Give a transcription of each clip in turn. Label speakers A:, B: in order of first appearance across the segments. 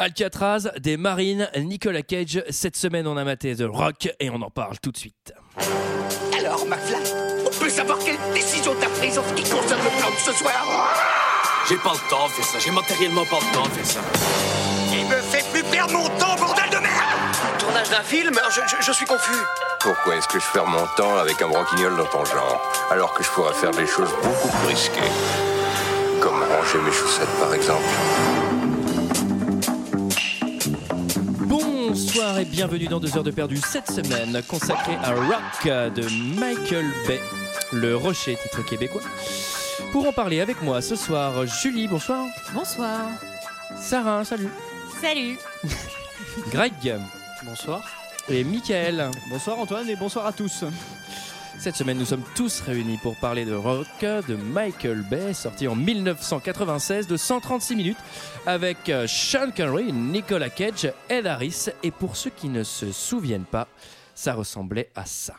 A: Alcatraz des Marines, Nicolas Cage. Cette semaine, on a maté The Rock et on en parle tout de suite.
B: Alors, McFly, on peut savoir quelle décision t'as prise en ce qui concerne le plan de ce soir
C: J'ai pas le temps de faire ça, j'ai matériellement pas le temps de faire ça.
B: Il me fait plus perdre mon temps, bordel de merde
D: Tournage d'un film je, je- je suis confus.
E: Pourquoi est-ce que je perds mon temps avec un broquignol dans ton genre Alors que je pourrais faire des choses beaucoup plus risquées. Comme ranger mes chaussettes par exemple.
A: Bonsoir et bienvenue dans 2 heures de perdu cette semaine consacrée à Rock de Michael Bay, le rocher titre québécois. Pour en parler avec moi ce soir, Julie, bonsoir.
F: Bonsoir.
A: Sarah, salut.
F: Salut.
A: Greg
G: Bonsoir.
A: et Michael.
G: Bonsoir Antoine et bonsoir à tous.
A: Cette semaine, nous sommes tous réunis pour parler de Rock de Michael Bay, sorti en 1996 de 136 minutes avec euh, Sean Connery, Nicolas Cage, Ed Harris. Et pour ceux qui ne se souviennent pas, ça ressemblait à ça.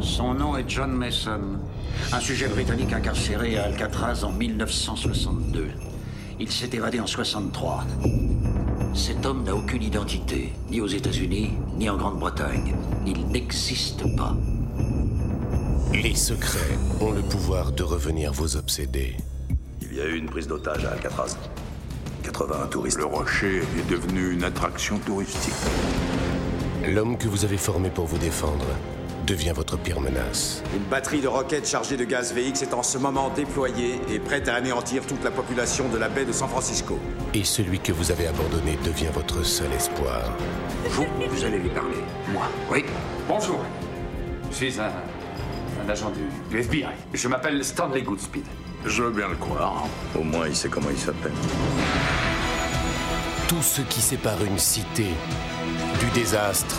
H: Son nom est John Mason, un sujet britannique incarcéré à Alcatraz en 1962. Il s'est évadé en 63. Cet homme n'a aucune identité, ni aux États-Unis, ni en Grande-Bretagne. Il n'existe pas.
I: Les secrets ont le pouvoir de revenir vous obséder.
J: Il y a eu une prise d'otage à Alcatraz. 81 touristes.
K: Le rocher est devenu une attraction touristique.
I: L'homme que vous avez formé pour vous défendre devient votre pire menace.
L: Une batterie de roquettes chargées de gaz VX est en ce moment déployée et prête à anéantir toute la population de la baie de San Francisco.
I: Et celui que vous avez abandonné devient votre seul espoir.
H: Vous, vous allez lui parler. Moi Oui.
M: Bonjour. Je suis un, un agent du, du FBI. Je m'appelle Stanley Goodspeed.
K: Je veux bien le croire.
J: Au moins, il sait comment il s'appelle.
I: Tout ce qui sépare une cité du désastre.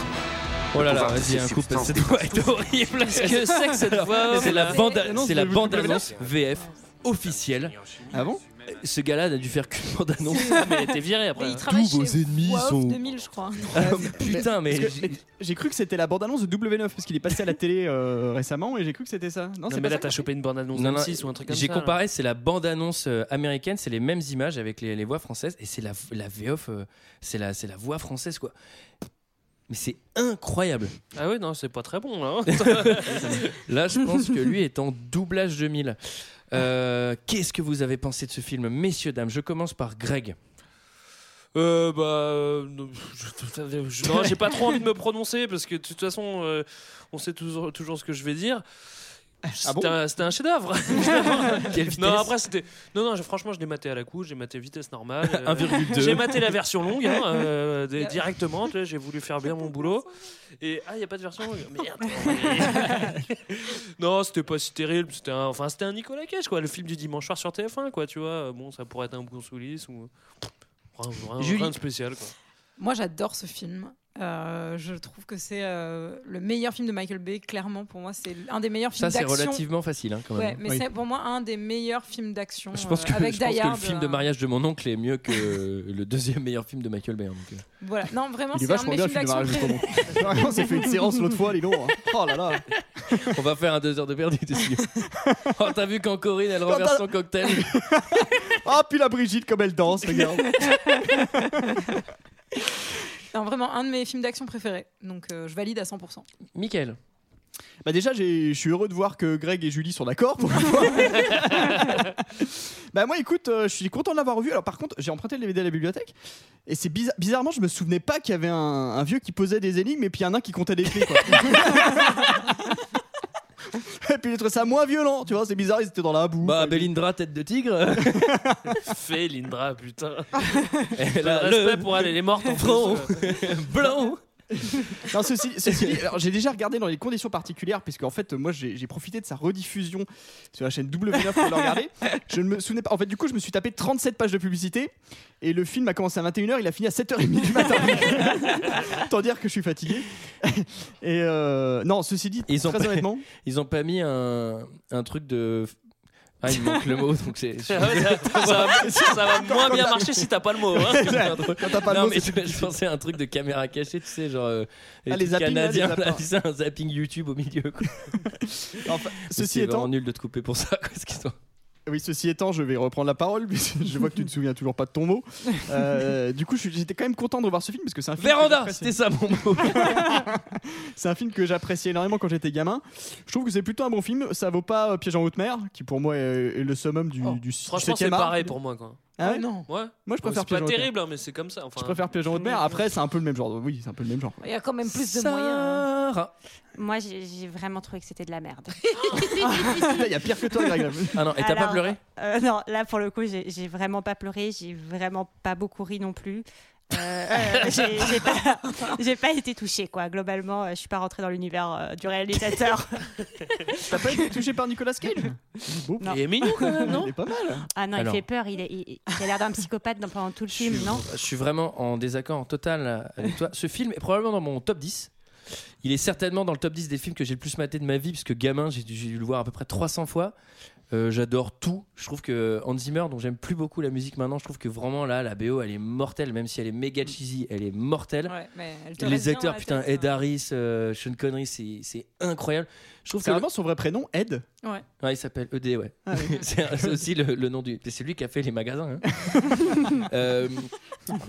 A: Oh là là,
M: pouvoir de
A: vas-y,
M: ces
A: un coup,
M: substances
A: parce que cette voix est horrible.
G: que c'est que cette voix
A: C'est la
G: horrible
A: bande,
G: Annonce
A: c'est
G: de
A: la
G: Louis
A: bande
G: Blériot.
A: annonce VF officielle. Euh,
G: Ah bon
A: Ce gars-là n'a dû faire qu'une bande annonce.
G: Mais elle était virée après.
A: hein.
F: Il travaille
A: Tous vos
F: chez
A: ennemis
F: Wouf
A: sont-
F: 2000, je crois.
D: Ah,
A: Euh, Putain, mais.
G: Parce que- mais J'ai cru que c'était la bande-annonce de W9 parce qu'il est passé à la télé euh, récemment et j'ai cru que c'était ça. Non, c'est
D: mais
G: pas
D: là,
G: ça.
D: t'as chopé une bande-annonce
A: Non, non,
D: 26 ou un truc comme ça. hein.
A: J'ai
D: là.
A: comparé, c'est la bande-annonce euh, américaine, c'est les mêmes images avec les, les voix françaises, et c'est la, la VOF, euh, c'est la, c'est la voix française, quoi. Mais c'est incroyable.
D: Ah ouais, non, c'est pas très bon, là. hein.
A: Là, je pense que lui est en doublage 2000. Euh,
D: Ah.
A: Qu'est-ce que vous avez pensé de ce film, messieurs, dames Je commence par Greg.
D: Euh, bah. euh, non, je- je- non, j'ai pas trop envie de me prononcer parce que de toute façon, euh, on sait toujours, toujours ce que je vais dire. C'était
G: bon
D: un, c'était un chef-d'œuvre.
A: Quelle vitesse.
D: non, après, c'était. Non, non, je- franchement, je l'ai maté à la couche, j'ai maté vitesse normale. euh,
A: 1,2.
D: J'ai maté la version longue, hein, euh, des- directement. tu vois, J'ai voulu faire bien mon boulot. Et ah, il y a pas de version longue. Merde. non, c'était pas si terrible. C'était un, enfin, c'était un Nicolas Cage, quoi. Le film du dimanche soir sur TF1, quoi. Tu vois, bon, ça pourrait être un bon Soulis ou rien, rien-
G: Julie.
D: rien de spécial, quoi.
F: Moi, j'adore ce film. Euh, je trouve que c'est euh, le meilleur film de Michael Bay. Clairement, pour moi, c'est un des meilleurs
A: Ça,
F: films
A: c'est
F: d'action.
A: relativement facile, hein, quand même.
F: Ouais, mais
G: Oui.
F: c'est pour moi un des meilleurs films d'action.
A: Je pense,
F: euh,
A: que,
F: avec
A: je pense
F: Die
A: que le
F: Hard,
A: film de
F: euh,
A: mariage de mon oncle est mieux que le deuxième meilleur film de Michael Bay. hein, donc, euh.
F: Voilà. Non, vraiment,
G: Il est
F: c'est un de
G: vachement
F: mes
G: bien
F: films
G: le film de
F: d'action.
G: mariage
F: préférés.
G: justement. Vraiment, on s'est Oh, fait une séance l'autre fois, les lourds. Oh là là.
A: On va faire un deux heures de perdu, t'es sûr. Oh, t'as vu quand Corinne, elle renverse son cocktail
G: Ah, puis la Brigitte, comme elle danse, regarde.
F: Non, vraiment, un de mes films d'action préférés. Donc, euh, je valide à 100%.
A: Michael.
G: Bah déjà, j'ai- je suis heureux de voir que Greg et Julie sont d'accord. pour une fois. bah moi, écoute, euh, je suis content de l'avoir vu. Alors par contre, j'ai emprunté le DVD à la bibliothèque. Et c'est bizar- bizarrement, je me souvenais pas qu'il y avait un, un vieux qui posait des énigmes et puis un nain qui comptait des clés. Quoi. et puis j'ai trouvé ça moins violent, tu vois. C'est bizarre, ils étaient dans la boue.
A: Bah,
G: Enfin,
A: Belindra, tête de tigre.
D: Fais Lindra, putain.
A: Elle
D: Bah, Pas
A: a
D: de respect
A: le
D: pour elle, elle est morte en
A: front.
D: France.
A: blanc.
G: Non, ceci, ceci dit, alors, j'ai déjà regardé dans les conditions particulières, puisque en fait, moi, j'ai j'ai profité de sa rediffusion sur la chaîne W9 pour le regarder. Je ne me souvenais pas. En fait, du coup, je me suis tapé 37 pages de publicité, et le film a commencé à 21h, il a fini à 7h30 du matin. Tant dire que je suis fatigué. Et euh, non, ceci dit,
A: Ils ont
G: très
A: pas-
G: honnêtement,
A: Ils ont pas mis un, un truc de Ah, il me manque le mot, donc c'est.
D: Ah ouais, ça, ça va, ça va moins bien marcher si t'as pas le mot. hein.
A: Quand
D: t'as pas le
A: non,
D: mot,
A: mais
D: c'est
A: je, je pensais à un truc de caméra cachée, tu sais, genre. euh, les
G: Ah, les zappings, là,
A: Canadiens,
G: les
A: là,
G: zappings.
A: tu sais, un zapping YouTube au milieu. Quoi.
G: ceci
A: C'est
G: étant-
A: vraiment nul de te couper pour ça. Quoi, ce qu'ils ont.
G: Oui, ceci étant, je vais reprendre la parole, puisque je vois que tu ne te souviens toujours pas de ton mot. Euh, du coup, je suis- j'étais quand même content de revoir ce film, parce que c'est un film. que
A: Véranda,
G: j'apprécie.
A: c'était ça mon mot.
G: c'est un film que j'appréciais énormément quand j'étais gamin. Je trouve que c'est plutôt un bon film. Ça vaut pas euh, Piège en haute mer, qui pour moi est, est le summum du, du
D: Franchement,
G: 7e
D: c'est
G: art.
D: pareil pour moi. Quoi.
F: Oh
G: Ah ouais Non.
D: Ouais.
G: Moi, je préfère
D: C'est pas
G: Piège en haute mer.
D: terrible, hein, mais c'est comme ça. Enfin,
G: Je préfère Piège en haute mer. Après, c'est un peu le même genre. Oui, c'est un peu le même genre.
N: Il y a quand même plus de
F: hein.
N: moyens. hein. Moi, j'ai j'ai vraiment trouvé que c'était de la merde.
G: Il y a pire que toi, Greg.
A: Ah non, et t'as pas
N: Alors,
A: pleuré
N: euh, Non, là pour le coup, j'ai j'ai vraiment pas pleuré, j'ai vraiment pas beaucoup ri non plus. Euh, euh, j'ai j'ai pas, j'ai pas été touchée quoi. Globalement, euh, je suis pas rentrée dans l'univers euh, du réalisateur.
G: T'as pas été touché par Nicolas Cage
N: Non.
A: Il est mignon, quand même, non
G: Il est pas mal.
N: Ah non,
A: Alors.
N: il fait peur. Il, est- il- il a l'air d'un psychopathe dans- pendant tout le film, non
A: Je suis vraiment en désaccord total avec toi. Ce film est probablement dans mon top 10. Il est certainement dans le top 10 des films que j'ai le plus maté de ma vie, puisque gamin, j'ai dû, j'ai dû le voir à peu près 300 fois. Euh, J'adore tout. Je trouve que Hans Zimmer, dont j'aime plus beaucoup la musique maintenant, je trouve que vraiment là, la BO, elle est mortelle, même si elle est méga cheesy, elle est mortelle.
F: mais elle te
A: Et
F: reste
A: les
F: bien
A: acteurs,
F: dans la
A: putain,
N: hein.
F: tête,
A: Ed Harris, euh, Sean Connery, c'est c'est incroyable. Je trouve
G: C'est
A: que
G: vraiment son vrai prénom, Ed.
F: Ouais.
A: Ouais, il s'appelle ED, ouais.
D: Ah
A: c'est c'est aussi le, le nom du. C'est lui qui a fait les magasins. hein. Euh,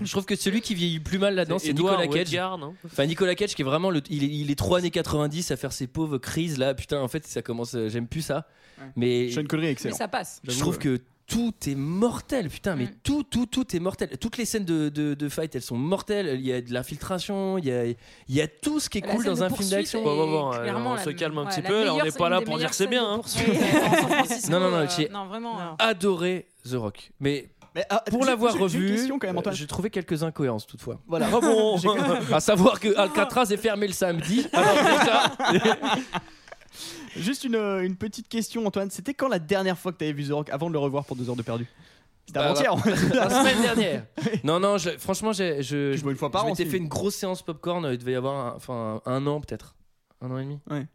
A: je trouve que celui qui vieillit plus mal là-dedans,
D: C'est
A: c'est
D: Edouard hein.
A: Nicolas
D: ou
A: Cage.
D: Edgar, non
A: enfin, Nicolas Cage qui est vraiment. Le, il, est, il est 3 années 90 à faire ses pauvres crises là. Putain, en fait, ça commence. euh, J'aime plus ça. Mais.
G: Sean Connery,
F: excellent. Mais ça passe.
A: Je
F: J'avoue,
A: trouve
F: euh.
A: que tout est mortel, putain,
D: Mm.
A: mais tout, tout, tout est mortel. Toutes les scènes de, de, de fight, elles sont mortelles. Il y a de l'infiltration, il y a, il y a tout ce qui est
D: La
A: cool
D: scène
A: dans
D: de
A: un film
D: poursuite
A: d'action.
D: est Bon, bon, bon, euh, clairement on la- se calme un ouais, petit la peu, là, on meilleure- n'est pas une là des pour dire que c'est meilleures bien, scènes de hein. poursuite, euh, en San Francisco,
A: non, non,
D: euh,
A: non, j'ai
F: non, vraiment, euh.
A: adoré The Rock. Mais, pour
G: ah, j'ai-
A: l'avoir
G: j'ai- j'ai une
A: revu,
G: question quand même,
A: euh,
G: Antoine.
A: j'ai trouvé quelques incohérences toutefois.
G: Voilà.
A: Ah bon
G: J'ai-
A: À savoir que Alcatraz est fermé le samedi. Alors déjà,
G: Juste une, euh, une petite question, Antoine. C'était quand la dernière fois que t'avais vu The Rock avant de le revoir pour deux heures de perdu C'était
A: Bah,
G: avant-hier.
A: la semaine dernière. Non, non, je- franchement, j'ai- je,
G: une fois par
A: je
G: an,
A: m'étais
G: si.
A: fait une grosse séance popcorn. euh, Il devait y avoir un, enfin, un an peut-être. Un an et demi.
N: Moi,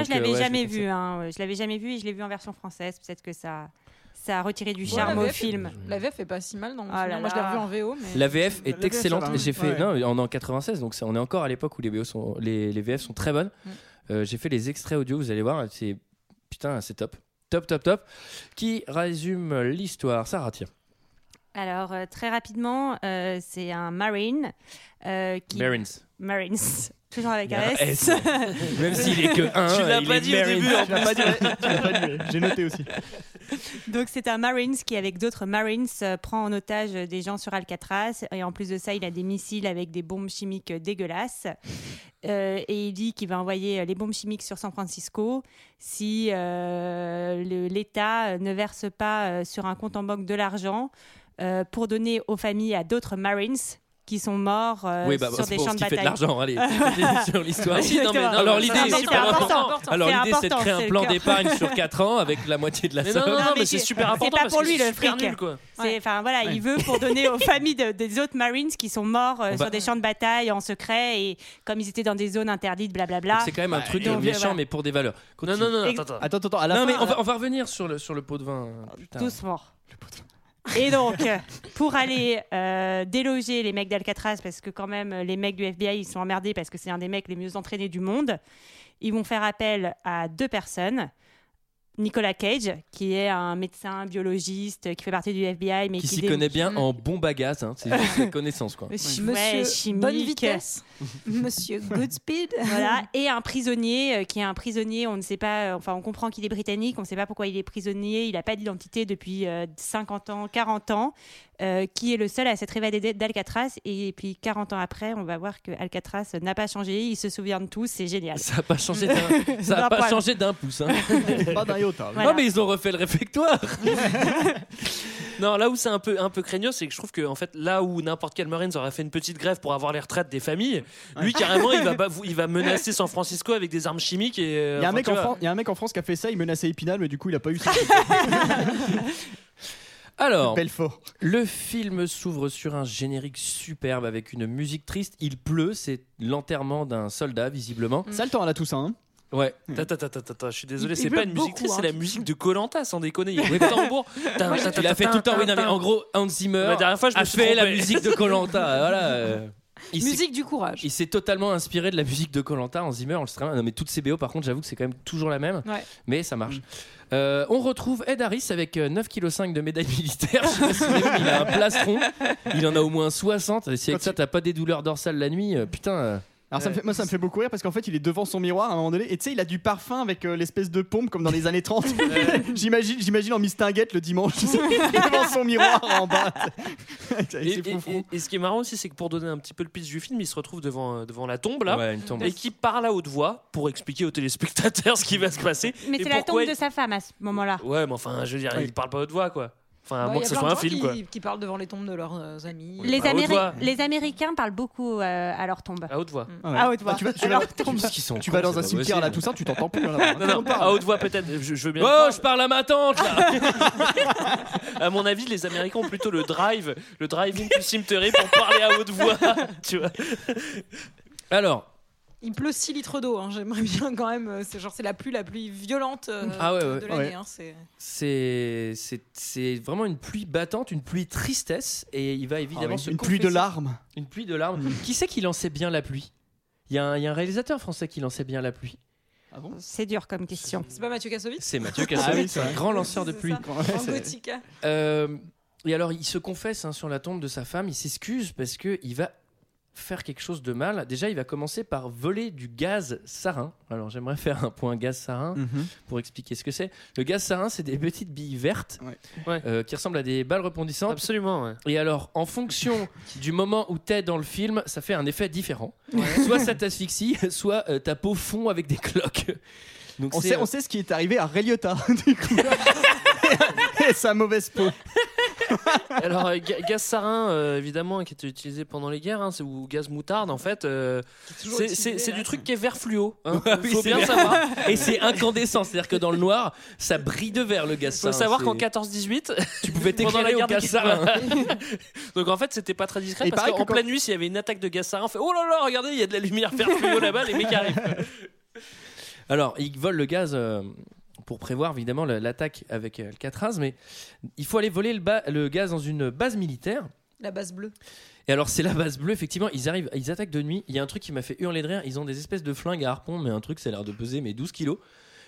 A: Donc,
N: je l'avais
A: euh, ouais,
N: jamais
A: je l'ai
N: vu. hein. Je l'avais jamais vu et je l'ai vu en version française. Peut-être que ça, ça a retiré du
F: Ouais,
N: charme
F: la
N: au
F: VF est-
N: film.
F: La VF est pas si mal
D: Oh
F: dans mon
N: Ah
F: souvenir.
N: là
F: Moi, je l'ai
N: là.
F: revu en VO, mais.
A: La VF
F: La
A: est
F: VF,
A: excellente.
F: ça va.
A: et J'ai fait
F: Ouais.
A: non, on est en 96, donc c'est- on est encore à l'époque où les BO sont les, les VF sont très bonnes. Euh, J'ai fait les extraits audio, vous allez voir, c'est putain, c'est top, top, top, top. Qui résume l'histoire Sarah tire.
N: Alors, euh, très rapidement, euh, c'est un Marine. euh, qui...
A: Marines.
N: Marines. Toujours avec un
A: Il y a un
N: S.
A: Ah, S. Même s'il est que un, Tu l'as il pas est dit au Marines. début, en Tu l'as plus. pas dit, ouais. Tu l'as pas dit, ouais. J'ai noté aussi.
N: Donc, c'est un Marines qui, avec d'autres Marines, euh, prend en otage euh, des gens sur Alcatraz. Et en plus de ça, il a des missiles avec des bombes chimiques euh, dégueulasses. Euh, et il dit qu'il va envoyer euh, les bombes chimiques sur San Francisco si euh, le- l'État euh, ne verse pas euh, sur un compte en banque de l'argent euh, pour donner aux familles à d'autres Marines qui sont morts euh,
A: oui, bah,
N: sur
A: c'est
N: des
A: pour
N: champs
A: ce
N: de
A: qui fait
N: bataille.
A: de l'argent. Allez, continuez sur l'histoire.
D: Si, non, mais non,
A: Alors
D: mais
A: l'idée,
D: ça, c'est
A: c'est
D: super important.
A: Alors
D: C'est
A: l'idée, c'est de
D: important,
A: créer un
D: c'est le
A: plan
D: cœur.
A: d'épargne sur 4 ans avec la moitié de la
D: Mais
A: somme.
D: non, non, non, mais c'est super important.
N: C'est pas
D: parce
N: pour
D: que
N: lui
D: c'est
N: le
D: super
N: fric.
D: nul, quoi.
N: C'est- Enfin voilà,
D: Ouais.
N: il veut pour donner aux familles de- des autres Marines qui sont morts euh,
A: On va-
N: sur des champs de bataille en secret et comme ils étaient dans des zones interdites, blablabla.
A: C'est quand même un
N: Bah,
A: truc
N: donc, euh,
A: méchant,
N: voilà.
A: mais pour des valeurs.
D: Non, non, non,
N: Ex-
D: attends,
G: attends. Attends, à la
A: Non,
G: fin,
A: mais on
G: à la-
A: va, on va revenir sur le, sur le pot de vin. putain.
N: Tous morts. Et donc, pour aller euh, déloger les mecs d'Alcatraz, parce que quand même, euh, les mecs du FBI, ils sont emmerdés parce que c'est un des mecs les mieux entraînés du monde, ils vont faire appel à deux personnes. Nicolas Cage, qui est un médecin biologiste qui fait partie du FBI, mais
A: Qui
N: qui,
A: s'y
N: dé-
A: connaît bien en bombe à gaz. hein. C'est juste la connaissance, quoi.
N: Ch-
F: Ouais.
N: ouais,
F: Monsieur
N: chimique.
F: bonne vitesse. Monsieur Goodspeed.
N: Voilà, et un prisonnier euh, qui est un prisonnier, on ne sait pas, euh, enfin on comprend qu'il est britannique, on ne sait pas pourquoi il est prisonnier, il n'a pas d'identité depuis euh, 50 ans, 40 ans, euh, qui est le seul à s'être évadé d- d'Alcatraz. Et puis 40 ans après, on va voir que Alcatraz n'a pas changé, ils se souviennent tous, c'est génial.
A: Ça n'a pas changé d'un, ça a
N: D'un
A: pas
N: poil.
A: changé d'un pouce. hein.
G: Pas d'un hein. iota.
N: Voilà.
A: Non, mais ils ont refait le réfectoire.
D: Non, là où c'est un peu, un peu craignos, c'est que je trouve que en fait, là où n'importe quel Marines aurait fait une petite grève pour avoir les retraites des familles, lui carrément, il va, bavou- il va menacer San Francisco avec des armes chimiques. et euh,
G: Il y, a un
D: enfin,
G: mec
D: tu
G: en
D: vois.
G: France, il y a un mec en France qui a fait ça, il menaçait Épinal, mais du coup il a pas eu ça.
A: Alors,
G: Belfort.
A: le film s'ouvre sur un générique superbe avec une musique triste. Il pleut, c'est l'enterrement d'un soldat, visiblement.
G: Ça le temps à la Toussaint. hein.
D: Ouais. Attends, attends, attends, attends, je suis désolé,
A: Il-
D: c'est
A: il
D: pas
A: pleut
D: une musique
A: beaucoup,
D: triste,
A: hein,
D: c'est la musique de Colanta, sans déconner. Il y a
A: Oui,
D: des
A: bah-
D: tambours. Tin,
A: Ouais,
D: tin,
A: tu l'as
D: tin,
A: fait
D: tin,
A: tout le temps,
D: tin,
A: oui, non, mais
D: tin.
A: en gros, Hans Zimmer
D: La dernière fois, je me
A: a
D: suis
A: fait la
D: trompé.
A: musique de Colanta. voilà. euh, il s'est-
F: Musique du courage.
A: Il s'est totalement inspiré de la musique de Colanta en Zimmer, on le sait très bien. Non, mais toutes ces BO, par contre, j'avoue que c'est quand même toujours la même.
F: Ouais.
A: Mais ça marche.
D: Mm.
A: Euh, on retrouve Ed Harris avec euh, 9,5 kg de médaille militaire. Je sais pas si vous avez vu, il a un plastron. Il en a au moins 60. Et si avec ça, t'as pas des douleurs dorsales la nuit, euh, putain. euh,
G: Alors ça me fait- moi ça me fait beaucoup rire parce qu'en fait il est devant son miroir à un moment donné et tu sais il a du parfum avec euh, l'espèce de pompe comme dans les années 30 j'imagine j'imagine en mistinguette le dimanche devant son miroir en bas
D: Et, et- et- et ce qui est marrant aussi, c'est que pour donner un petit peu le pitch du film, il se retrouve devant, euh, devant la tombe là,
A: Ouais, une tombe.
D: et qui parle à haute voix pour expliquer aux téléspectateurs ce qui va se passer.
N: Mais
D: et
N: c'est la tombe
D: pourquoi
N: de sa femme à ce moment-là.
D: il- Ouais, mais enfin, je veux dire,
N: Oui.
D: il parle pas à haute voix quoi. Enfin, à
F: Bah,
D: moins
F: y
D: que
F: a
D: ce
F: plein
D: soit
F: de
D: un
F: gens
D: film
F: qui,
D: quoi.
F: qui parlent devant les tombes de leurs euh, amis.
N: Les,
D: bah, à haute
N: Améri-
D: voix. Ah
N: les Américains parlent beaucoup euh, à leur tombe.
D: À haute voix.
N: À haute voix.
F: Ah,
G: tu vas, tu
N: À
G: vas-
N: leur
G: tu-
N: tombe.
G: tu vas dans un cimetière là tout ça tu t'entends plus hein, là-bas.
D: Non, non, à haute voix peut-être, je, je veux bien.
A: Oh,
D: le croire.
A: je parle à ma tante là
D: À mon avis, les Américains ont plutôt le drive, le driving du cimetière pour parler à haute voix. Tu vois.
A: Alors,
F: Il pleut 6 litres d'eau, hein, j'aimerais bien quand même. euh, C'est genre c'est la pluie la plus violente euh,
A: Ah ouais, ouais.
F: de l'année.
A: Ouais.
F: hein, c'est-
A: c'est c'est- c'est vraiment une pluie battante, une pluie tristesse, et il va évidemment
G: Ah oui,
A: se
G: une pluie de
A: confesser.
G: larmes.
A: Une pluie de larmes. qui c'est qui lançait bien la pluie Il y, a un- il y a un réalisateur français qui lançait bien la pluie.
N: C'est dur comme question.
F: C'est pas Mathieu Kassovitz
A: C'est Mathieu
G: Ah oui,
A: Kassovitz,
G: c'est
A: un
G: vrai.
A: grand lanceur de
F: C'est
A: pluie.
F: ça, En Gothica.
A: Euh, et alors, il se confesse hein, sur la tombe de sa femme, il s'excuse parce que il va faire quelque chose de mal. Déjà, il va commencer par voler du gaz sarin. Alors, j'aimerais faire un point gaz sarin
G: Mhm.
A: pour expliquer ce que c'est. Le gaz sarin, c'est des petites billes vertes euh, qui ressemblent à des balles rebondissantes.
D: Absolument.
A: Et alors, en fonction du moment où t'es dans le film, ça fait un effet différent. Soit ça t'asphyxie, soit euh, ta peau fond avec des cloques. Donc
G: on
A: c'est,
G: sait
A: euh,
G: on sait ce qui est arrivé à Ray Liotta du coup et sa mauvaise peau
D: Alors, euh, ga- gaz sarin, euh, évidemment, qui était utilisé pendant les guerres, hein, c'est- ou gaz moutarde, en fait, euh,
A: toujours
D: c'est
A: utilisé,
D: c'est- c'est
A: là.
D: du truc qui est vert fluo. hein.
A: Ouais, oui,
D: faut
A: c'est
D: bien
A: vrai.
D: savoir.
A: Et c'est incandescent, c'est-à-dire que dans le noir, ça brille de vert le gaz sarin,
D: Faut savoir
A: c'est-
D: qu'en 14-18,
A: tu pouvais
D: pendant la
A: t'éclairer au
D: guerre
A: gaz
D: des-
A: sarin.
D: Donc en fait, c'était pas très discret
A: Et
D: parce
A: pareil
D: qu'en
A: que quand-
D: pleine nuit, s'il y avait une attaque de gaz sarin, on fait Oh là là, regardez, il y a de la lumière vert fluo là-bas, les mecs arrivent.
A: Alors, ils volent le gaz euh, pour prévoir évidemment le- l'attaque avec euh, Alcatraz, mais il faut aller voler le, ba- le gaz dans une base militaire.
F: La base bleue.
A: Et alors, c'est la base bleue, effectivement. Ils arrivent, ils attaquent de nuit. Il y a un truc qui m'a fait hurler de rire. Ils ont des espèces de flingues à harpon, mais un truc, ça a l'air de peser, mais 12 kilos.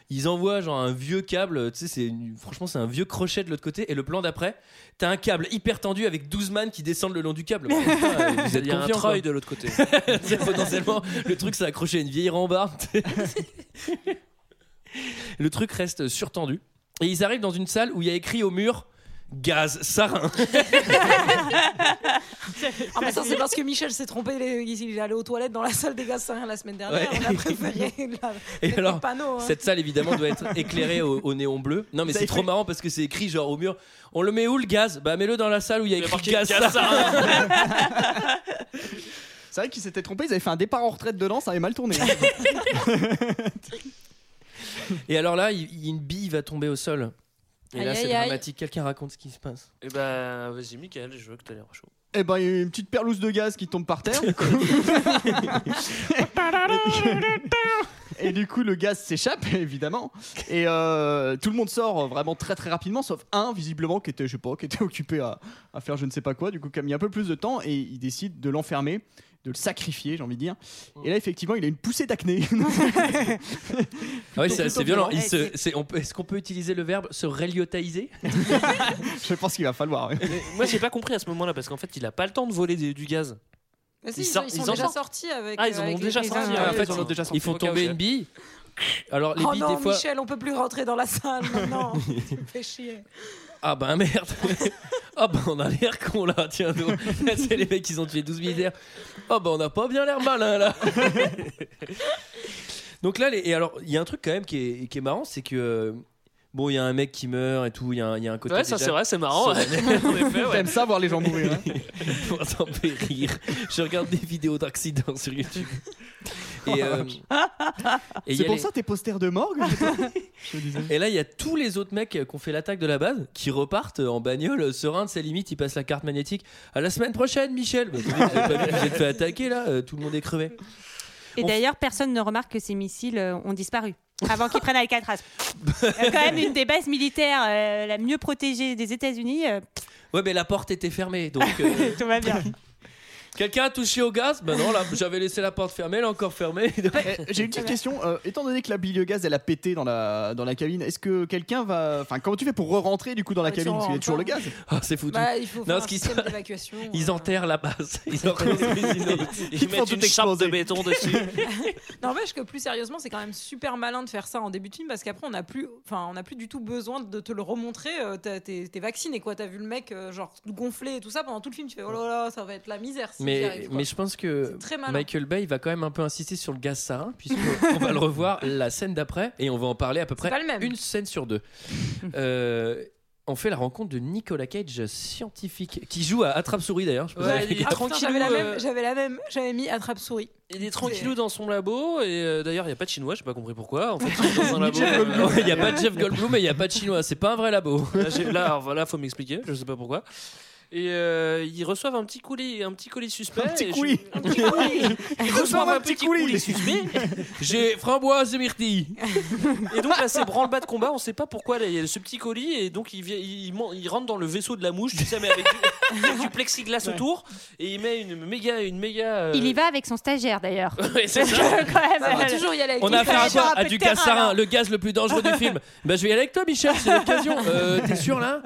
A: Ils envoient genre un vieux câble, tu sais, c'est une- franchement, c'est un vieux crochet de l'autre côté. Et le plan d'après, t'as un câble hyper tendu avec 12 man qui descendent le long du câble. Bah, putain, vous êtes
D: Il y a un
A: confiants,
D: treuil
A: quoi.
D: de l'autre côté.
A: C'est potentiellement le truc c'est accroché à une vieille rambarde. le truc reste surtendu. Et ils arrivent dans une salle où il y a écrit au mur gaz sarin.
F: Ah, mais ça, c'est parce que Michel s'est trompé. les- Il il est allé aux toilettes dans la salle des gaz rien la semaine dernière.
A: Ouais.
F: On a préféré la-
A: Et
F: mettre
A: alors,
F: le panneau. hein.
A: cette salle évidemment doit être éclairée au, au néon bleu. Non, mais
F: Ça
A: c'est
F: écrit-
A: trop marrant parce que c'est écrit genre au mur. On le met où le gaz Bah mets-le dans la salle où il y a écrit
D: marqué
A: gaz,
D: gaz
A: sarin.
G: c'est vrai qu'ils s'étaient trompés ils avaient fait un départ en retraite dedans ça avait mal tourné hein.
A: Et alors là, il- il- une bille va tomber au sol. Et là,
D: Aïe,
A: c'est
D: aïe, aïe.
A: dramatique. Quelqu'un raconte ce qui se passe.
D: Et bah, vas-y, Michael, je veux que t'as l'air chaud.
G: Eh ben, il y a une petite perlouse de gaz qui tombe par terre. du coup. et du coup, le gaz s'échappe, évidemment. Et euh, tout le monde sort vraiment très très rapidement, sauf un, visiblement, qui était, je sais pas, qui était occupé à, à faire je ne sais pas quoi. Du coup, qui a mis un peu plus de temps et il décide de l'enfermer, de le sacrifier, j'ai envie de dire. Et là, effectivement, il a une poussée d'acné.
A: Ah ouais, c'est
G: Plutôt
A: c'est violent. Il
G: violent.
A: se- c'est- on peut- Est-ce qu'on peut utiliser le verbe se reliotaïser
G: je pense qu'il va falloir. hein. oui.
D: Moi, j'ai pas compris à ce moment-là parce qu'en fait, il a pas le temps de voler des- du gaz.
F: Mais si,
D: ils
F: ils,
D: sortent-
F: ils sont
D: ils en
F: déjà
D: sortent.
F: sortis avec. euh,
D: Ah, ils en
F: avec
D: ont
F: les-
D: déjà
F: les
D: sorti.
F: Indiens.
D: Ah,
A: En fait,
D: ils en ont déjà
A: ils
D: sorti.
A: font
D: Ok,
A: tomber
D: ok.
A: une bille. Alors les
F: Oh
A: billes,
F: non,
A: des fois.
F: Michel, on peut plus rentrer dans la salle maintenant. tu me fais chier.
A: Ah bah merde Ah bah on a l'air con là, tiens donc. C'est les mecs qui ont tué 12 militaires. Ah bah on a pas bien l'air malin là Donc là, les- et alors il y a un truc quand même qui est, qui est marrant, c'est que. euh, Bon, il y a un mec qui meurt et tout, il y, a un- il y a un côté.
D: Ouais, ça,
A: déjà
D: c'est vrai, c'est marrant.
A: solennel.
G: J'aime ça voir les gens mourir. hein.
A: Pour s'en périr. Je regarde des vidéos d'accidents sur YouTube.
D: Oh,
A: Et, euh, et il y
G: C'est
A: a
G: pour
A: les-
G: ça tes posters de morgue je sais pas. Je me disais.
A: Et là, il y a tous les autres mecs qui ont fait l'attaque de la base qui repartent en bagnole euh, serein de sa limite. Ils passent la carte magnétique. À la semaine prochaine, Michel. Bah, attendez, vous avez pas vu que vous êtes fait attaquer là, euh, tout le monde est crevé.
N: Et
A: On-
N: d'ailleurs, personne ne remarque que ces missiles euh, ont disparu avant qu'ils prennent Alcatraz. Euh, quand même, une des bases militaires euh, la mieux protégée des États-Unis. euh,
A: Ouais, mais la porte était fermée, donc. euh,
N: Tout va bien.
A: Quelqu'un a touché au gaz Ben non, là, j'avais laissé la porte fermée, elle est encore fermée.
G: Eh, J'ai une petite question. euh, étant donné que la bille de gaz elle a pété dans la, dans la cabine, est-ce que quelqu'un va. Enfin, comment tu fais pour re-rentrer du coup dans la
F: Ah, ils
G: cabine
F: sont
G: Parce qu'il y a toujours le
F: rentrés.
G: gaz.
A: Ah, c'est foutu.
F: Bah, il faut
A: Non,
F: faire
A: ce
F: un
A: qui
F: système
A: se-
F: d'évacuation.
A: Ils enterrent la base. Ils en construisent une autre.
D: Ils, mettent une chape de béton dessus.
F: N'empêche que plus sérieusement, c'est quand même super malin de faire ça en début de film parce qu'après on n'a plus, enfin on n'a plus du tout besoin de te le remontrer. euh, t'as- T'es t'es vacciné quoi, t'as vu le mec euh, genre gonflé et tout ça pendant tout le film. Tu fais oh là là, ça va être la misère. s'ils y
A: Mais,
F: arrivent, quoi.
A: mais je pense que
F: très malin.
A: Michael Bay il va quand même un peu insister sur le gaz sarin, puisqu'on va le revoir la scène d'après, et on va en parler à peu près
F: pas le même.
A: une scène sur deux. Euh, on fait la rencontre de Nicolas Cage, scientifique, qui joue à Attrape-souris d'ailleurs. je sais pas si vous
D: Ouais,
A: avez
D: il
A: capté.
D: est
F: Ah, putain,
D: tranquillou,
F: J'avais la
D: euh,
F: même, j'avais la même, j'avais mis attrape souris.
D: Il est tranquillou dans son labo et euh, d'ailleurs il n'y a pas de chinois, j'ai pas compris pourquoi. En fait, il est dans un labo.
A: Ouais, Il n'y a pas de Jeff Goldblum et il n'y a pas de Chinois. C'est pas un vrai labo.
D: Là, j'ai- là, alors, voilà, faut m'expliquer, je sais pas pourquoi. Et euh, ils reçoivent un petit colis, un petit colis suspect.
A: Un petit
D: et je-
A: coulis.
D: Un petit
F: Ah,
D: coulis. Ils reçoivent un petit coulis suspect.
A: J'ai framboise et myrtille.
D: Et donc là, c'est branle-bas de combat. On sait pas pourquoi là, il y a ce petit colis et donc il, vient, il, man- il rentre dans le vaisseau de la mouche, tu sais, mais avec du, avec du plexiglas autour et il met une méga, une méga. euh,
N: Il y va avec son stagiaire d'ailleurs.
D: Ouais, c'est ça.
F: bah,
N: même,
D: Ça va.
N: euh, toujours y aller avec
A: On
N: lui.
A: a affaire à
N: Il
A: quoi
N: va faire un
A: À
N: peu
A: du
N: de terrain,
A: gaz sarin,
N: là.
F: hein.
A: le gaz le plus dangereux du film. Bah, je vais y aller avec toi, Michel, c'est l'occasion. Euh, T'es sûr là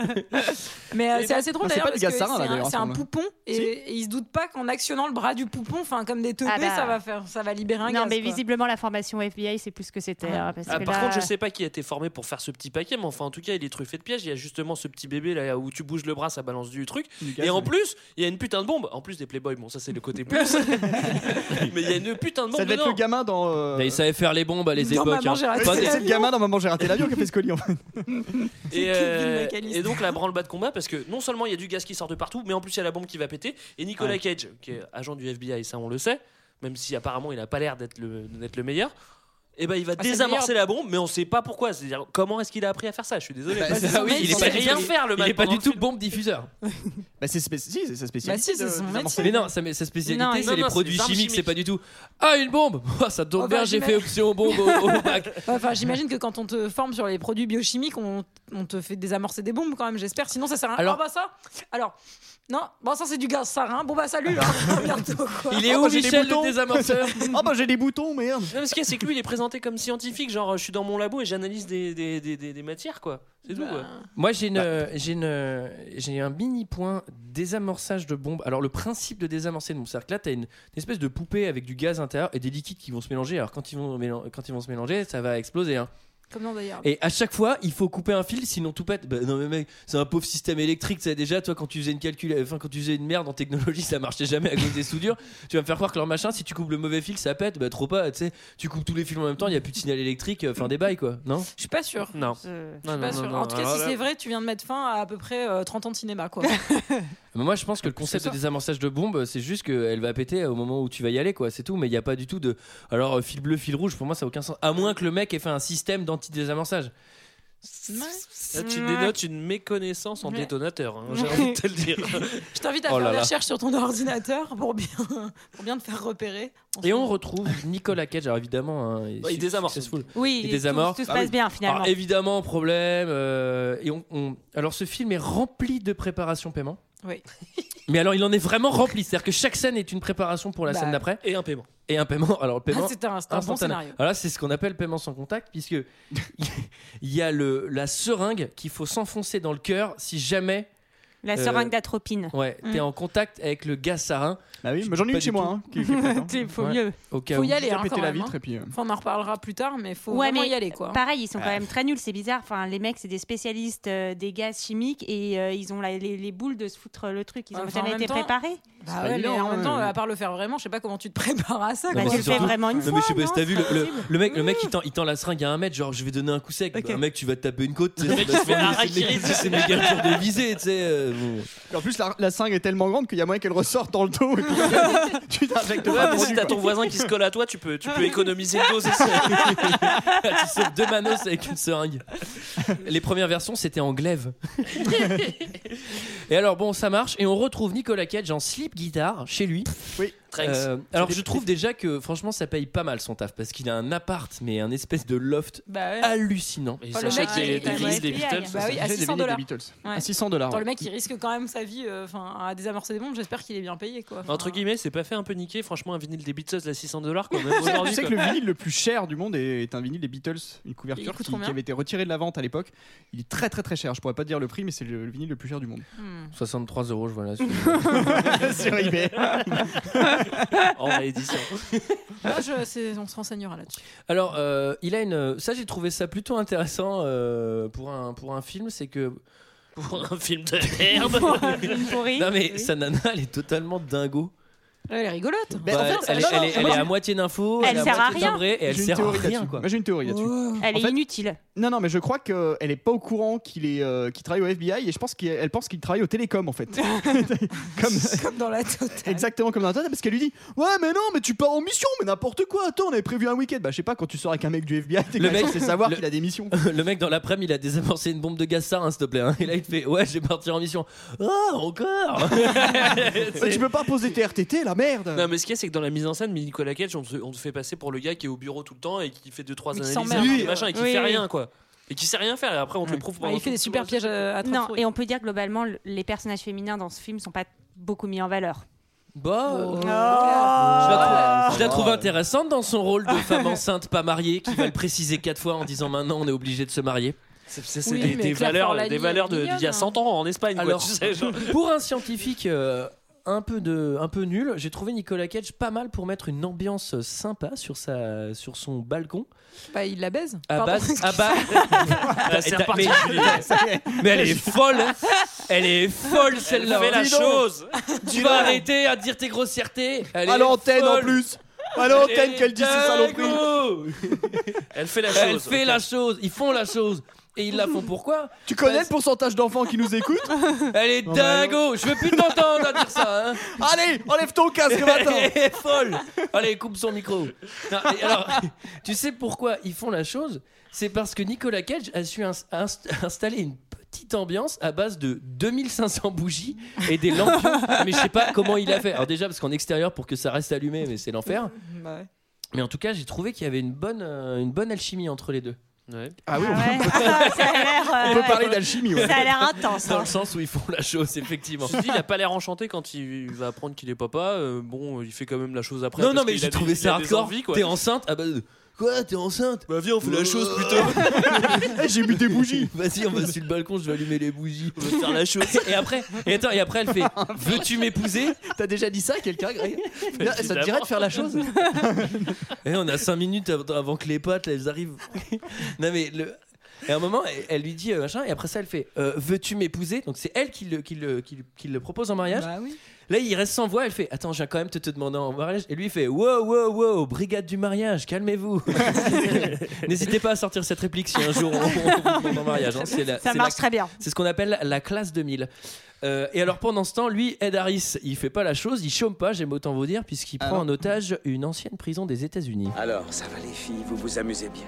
F: Mais euh, c'est assez
A: Non,
D: Ah,
F: drôle
A: c'est
F: d'ailleurs
A: pas
F: parce
A: du
F: que
A: gaz
F: c'est
A: sarin, là,
F: un,
A: d'ailleurs,
F: c'est un
A: ensemble.
F: poupon et,
A: Si.
F: et ils se doutent pas qu'en actionnant le bras du poupon, enfin comme des teubés,
N: Ah bah.
F: ça va faire, ça va libérer un
N: Non,
F: gaz.
N: mais
F: quoi.
N: visiblement, la formation FBI, c'est plus ce que c'était. hein, parce
D: Ah,
N: que
D: par
N: là-
D: contre, je sais pas qui a été formé pour faire ce petit paquet, mais enfin, en tout cas, il est truffé de pièges. Il y a justement ce petit bébé là où tu bouges le bras, ça balance du truc.
A: gaz,
D: et en
A: ouais.
D: plus, il y a une putain de bombe. En plus des Playboy, bon, ça c'est le côté plus. mais il y a une putain de bombe.
G: Ça devait être
D: dedans.
G: le gamin dans. euh,
A: Ils savaient faire les bombes à les
G: dans
A: époques.
G: Maman,
A: hein.
G: j'ai raté
A: Pas des-
G: l'avion. C'est le gamin dans Maman, j'ai raté l'avion qui a fait ce colis en fait.
D: Et, euh,
G: Kevin McAllister.
D: et donc la branle-bas de combat parce que non seulement il y a du gaz qui sort de partout, mais en plus il y a la bombe qui va péter. Et Nicolas
A: Ouais.
D: Cage, qui est agent du FBI, ça on le sait, même si apparemment il a pas l'air d'être le, d'être le meilleur. Et ben il va
A: Ah, c'est le
D: désamorcer
A: meilleur.
D: la bombe, mais on sait pas pourquoi. C'est-à-dire comment est-ce qu'il a appris à faire ça Je suis désolé.
A: Bah,
D: Parce
A: c'est
D: que
A: ça,
D: son
A: oui,
D: mec,
A: il est
D: sait
A: pas du
D: rien
A: tout-
D: faire le
A: il est
D: mec.
A: pas
D: pendant
A: du
D: le
A: tout
D: film.
A: bombe diffuseur.
G: Bah, c'est spé- si, c'est sa spécialité.
A: Bah, si, c'est
G: de-
A: son
G: de
A: métier.
G: désamorcer.
A: Mais non, ça, mais sa spécialité,
G: Non,
A: c'est
G: non,
A: les
G: non,
A: produits
G: c'est les armes
A: chimiques, c'est
G: chimiques.
A: pas du tout. Ah, une bombe Ah, Ça tombe
F: Oh, bah,
A: bien, j'ai
F: j'imagine-
A: fait option bombe au, au bac.
F: Enfin, j'imagine que quand on te forme sur les produits biochimiques, on, on te fait désamorcer des bombes quand même, j'espère. Sinon, ça sert à rien.
A: Alors-
F: Alors, bah ça Alors, non, bon, ça c'est du gaz sarin. Bon, bah salut, là, à bientôt. quoi.
A: Il est où,
D: bah, j'ai des
A: Michel,
D: boutons.
A: le désamorceur
G: Ah bah j'ai des boutons, merde.
D: Non, mais ce qu'il y a, c'est que lui il est présenté comme scientifique, genre je suis dans mon labo et j'analyse des, des, des, des- des matières quoi. C'est tout. quoi.
A: Moi, j'ai une, euh, j'ai une, j'ai un mini point désamorçage de bombe. Alors, le principe de désamorcer de bombe, c'est-à-dire que là, t'as une, une espèce de poupée avec du gaz intérieur et des liquides qui vont se mélanger. Alors, quand ils vont, mélan- quand ils vont se mélanger, ça va exploser. hein.
F: Comme dans d'ailleurs.
A: Et à chaque fois, il faut couper un fil, sinon tout pète. Bah, non mais mec, c'est un pauvre système électrique. Tu sais déjà, toi, quand tu faisais une calcul, enfin quand tu faisais une merde en technologie, ça marchait jamais à cause des soudures. Tu vas me faire croire que leur machin, si tu coupes le mauvais fil, ça pète. Bah trop pas. Tu sais, tu coupes tous les fils en même temps, il y a plus de signal électrique. euh, Fin des bails quoi, non
F: Je suis pas sûr.
D: Non.
F: Je suis
A: Non, Ah, non,
F: pas
A: non,
F: sûr.
A: non,
F: en tout cas,
A: alors
F: si
A: là-
F: c'est vrai, tu viens de mettre fin à à peu près euh, 30 ans de cinéma, quoi.
A: Mais moi, je pense que le concept de désamorçage de bombe, c'est juste qu'elle va péter au moment où tu vas y aller quoi. C'est tout. Mais il n'y a pas du tout de. Alors euh, fil bleu, fil rouge. Pour moi, ça n'a aucun sens. À moins que le mec ait fait un système d'anti-désamorçage.
D: Là, tu dénotes une méconnaissance en
F: Ouais.
D: détonateur, hein, j'ai envie de te le dire.
F: Je t'invite à
A: Oh
F: faire
A: là
F: des
A: là.
F: recherches sur ton ordinateur pour bien, pour bien te faire repérer.
A: Et on retrouve Nicolas Cage, alors évidemment, hein,
D: Ouais, Bah, il désamorce.
A: successful.
N: Oui,
A: il
N: il-
A: désamorce.
N: tout- tout se passe bien, finalement.
A: Alors, évidemment, problème. euh, et on, on- Alors ce film est rempli de préparation paiement.
F: Oui.
A: Mais alors il en est vraiment rempli, c'est-à-dire que chaque scène est une préparation pour la
D: Bah,
A: scène d'après.
D: Et un paiement.
A: Et un paiement. Alors le paiement.
F: Ah, c'est un- c'est un bon
A: instantané.
F: scénario.
A: Alors là, c'est ce qu'on appelle paiement sans contact, puisque il y a le, la seringue qu'il faut s'enfoncer dans le cœur si jamais.
N: La
A: euh,
N: seringue d'atropine.
A: Ouais,
N: Mm.
A: t'es en contact avec le gaz sarin.
G: Bah oui,
A: mais
G: j'en ai une chez moi, hein, qui- qui est prête, hein.
N: Il faut mieux.
A: Au cas
F: Faut
A: où.
F: y aller.
G: Juste à
F: hein,
G: péter
F: quand
G: la
F: même,
G: vitre
F: hein.
G: et puis, euh.
F: Enfin, on en reparlera plus tard, mais faut
N: Ouais,
F: vraiment
N: mais
F: y aller, quoi.
N: Pareil, ils sont quand
D: Ah.
N: même très nuls, c'est bizarre. Enfin, les mecs, c'est des spécialistes euh, des gaz chimiques et euh, ils ont la- les, les boules de se foutre le truc. Ils ont
F: Enfin, en
N: jamais
F: même
N: été
F: temps-
N: préparés.
F: Bah ouais, mais en même temps, à part le faire vraiment, je sais pas comment Bah, tu te prépares à ça.
A: Non,
F: quoi.
A: mais c'est surtout- non, mais je sais pas si t'as vu, le, le- le mec, le mec il, tend, il tend la seringue à un mètre, genre je vais donner un coup sec. Un mec, tu vas te taper une côte. tu sais,
D: Le mec,
A: ça va
D: il
A: se
D: fait
A: faire-
D: harakiri,
A: c'est- C'est méga dur de viser, tu sais. euh, bon.
G: En plus, la, la seringue est tellement grande qu'il y a moyen qu'elle ressorte dans le dos. Et puis, tu t'injectes
D: Ouais,
G: pas
D: mais si
G: dessus,
D: t'as
G: quoi.
D: ton voisin qui se colle à toi, tu peux, tu peux économiser une dose aussi.
A: Ah, tu sauves deux manos avec une seringue. Les premières versions, c'était en glaive. Et alors, bon, ça marche. Et on retrouve Nicolas Cage en slip guitare chez lui.
G: Oui.
D: Oh,
A: Euh, alors je trouve déjà que franchement ça paye pas mal son taf parce qu'il a un appart mais un espèce de loft
F: Bah
N: Ah,
F: ouais.
A: hallucinant.
D: Et il Enfin, le s'achète mec, des- il- des il- vinyles il- des il- Beatles.
F: Bah oui, à 600 dollars. Ouais.
G: À 600 dollars.
F: Attends, le mec, il risque quand même sa vie euh, enfin, à désamorcer des bombes. J'espère qu'il est bien payé. Quoi. Enfin,
A: Ah.
D: Entre guillemets, c'est pas fait un peu niquer. Franchement, un vinyle des Beatles à 600 dollars quand même
G: Tu
D: aujourd'hui.
G: sais que
D: quoi.
G: le vinyle le plus cher du monde est, est un vinyle des Beatles, une couverture qui,
F: coûte combien
G: qui avait été retirée de la vente à l'époque. Il est très très très cher, je pourrais pas dire le prix, mais c'est le, le vinyle le plus cher du monde.
F: hmm.
A: 63 euros je vois là.
G: Sur eBay.
D: en réédition.
F: Moi, je- c'est- on se renseignera là-dessus.
A: Alors, euh, il a une. Ça, j'ai trouvé ça plutôt intéressant euh, pour un pour un film, c'est que.
D: Pour un film de merde.
A: non mais sa nana, elle est totalement dingo.
F: Elle est rigolote.
A: Bah, elle, elle est- elle est- elle est à moitié d'infos, elle,
N: Elle
A: est
N: sert à
A: moitié
N: rien.
A: timbrée et elle
G: J'ai une
A: sert à
G: théorie
A: rien
G: là-dessus.
A: quoi.
G: Moi, j'ai une théorie là-dessus.
N: Elle
G: En
N: est
G: fait-
N: inutile.
G: Non, non, mais je crois qu'elle est pas au courant qu'il est euh, qu'il travaille au FBI et je pense qu'elle elle pense qu'il travaille au télécom en fait. comme,
F: comme dans la totale.
G: Exactement comme dans la totale parce qu'elle lui dit Ouais, mais non, mais tu pars en mission, mais n'importe quoi. Attends, on avait prévu un week-end. Bah, je sais pas, quand tu sors avec un mec du FBI, t'es quand même censé savoir
A: le-
G: qu'il a des missions.
A: le mec dans l'après-midi, il a désamorcé une bombe de gaz sarin, s'il te plaît. hein. Et là, il te fait Ouais, je vais partir en mission. Ah, encore
G: tu peux pas poser tes RTT, la merde.
D: Non, mais ce qu'il y a, c'est que dans la mise en scène, Nicolas Cage, on te, on te fait passer pour le gars qui est au bureau tout le temps et qui fait 2-3
F: Mais qui
D: analyses
F: s'emmerde.
D: et
F: Oui,
D: machin et qui
F: oui,
D: fait
F: oui.
D: rien, quoi. Et qui sait rien faire, et après, on te le prouve
A: Bah,
F: Ouais,
D: pendant
F: Bah, il fait
D: tout-
F: des super pièges euh, à, à
N: Non,
F: Truffaut,
N: et on peut dire que globalement, le- les personnages féminins dans ce film sont pas beaucoup mis en valeur.
A: Bah, euh,
N: Oh.
A: je
F: Ah,
A: la trouve, Ah. je la trouve
D: Ah.
A: intéressante dans son rôle de femme enceinte pas mariée qui va le préciser quatre fois en disant maintenant on est obligé de se marier.
D: C'est c'est des, des valeurs, des valeurs de- d'il y a 100 ans en Espagne, quoi,
A: Alors,
D: tu sais, genre.
A: pour un scientifique euh, un peu de, un peu nul, j'ai trouvé Nicolas Cage pas mal pour mettre une ambiance sympa sur sa, sur son balcon.
F: Bah, il la baise.
A: À
F: Pardon.
A: base, à base.
D: Là, c'est
A: Et t'as-
D: reparti,
A: mais-
D: Julie.
A: Mais elle est folle, elle est folle celle-là.
D: Elle fait la
A: Dis donc.
D: chose.
A: Tu vas arrêter à dire tes grossièretés. Elle
G: À
A: est
G: l'antenne en
A: folle.
G: plus. À l'antenne
A: Elle
G: qu'elle dit
A: est
G: ces saloperies.
A: dingo.
D: Elle fait la
A: Elle
D: chose.
A: fait la chose, ils font la chose. Et ils la font pourquoi
G: Tu connais le pourcentage d'enfants qui nous écoutent
A: Elle est dingo Je veux plus t'entendre à dire ça hein.
G: Allez, enlève ton casque maintenant
A: Elle est folle Allez, coupe son micro Non, mais alors, tu sais pourquoi ils font la chose C'est parce que Nicolas Cage a su ins- inst- installer une petite ambiance à base de 2500 bougies et des lampions. mais je sais pas comment il a fait. Alors déjà, parce qu'en extérieur, pour que ça reste allumé, mais c'est l'enfer.
F: Bah ouais.
A: Mais en tout cas, j'ai trouvé qu'il y avait une bonne, euh, une bonne alchimie entre les deux.
G: Ah oui,
N: Ouais. Ah, ça a l'air. euh,
G: on peut
N: ouais.
G: parler d'alchimie. ouais.
N: Ça a l'air intense.
A: Dans
N: hein.
A: le sens où ils font la chose, effectivement.
D: Ceci dit, il a pas l'air enchanté quand il va apprendre qu'il est papa. euh, bon, il fait quand même la chose après.
A: Non,
D: parce
A: non, mais
D: qu'il
A: j'ai
D: a des-
A: trouvé
D: il
A: ça
D: a des
A: hardcore.
D: envies, quoi.
A: T'es enceinte Ah bah. euh, Quoi T'es enceinte Euh,
D: Bah viens, on fait la chose putain.
G: Eh, J'ai mis des bougies.
A: Vas-y, on va sur le balcon, je vais allumer les bougies.
D: On va faire la chose.
A: Et après, et attends, et après elle fait Veux-tu m'épouser
G: T'as déjà dit ça à quelqu'un, Greg Non, Ça te
D: Évidemment.
G: dirait de faire la chose
A: Et Eh, on a 5 minutes av- avant que les pattes là, elles arrivent. non mais le. Et à un moment, elle, elle lui dit euh, machin, et après ça, elle fait euh, Veux-tu m'épouser Donc c'est elle qui le, qui, le, qui le- qui le propose en mariage.
F: Bah oui.
A: Là, il reste sans voix, elle fait Attends, j'ai quand même te, te demander en mariage. Et lui, il fait Wow, wow, wow, brigade du mariage, calmez-vous. N'hésitez pas à sortir cette réplique si un jour on, on vous demande en mariage. hein. C'est la-
N: Ça
A: c'est
N: marche
A: la-
N: très bien.
A: c'est ce qu'on appelle la classe 2000. Euh, et alors pendant ce temps, lui, Ed Harris, il fait pas la chose, il chôme pas, j'aime autant vous dire, puisqu'il
D: Ah
A: prend en otage une ancienne prison des États-Unis.
B: Alors, ça va les filles, vous vous amusez bien.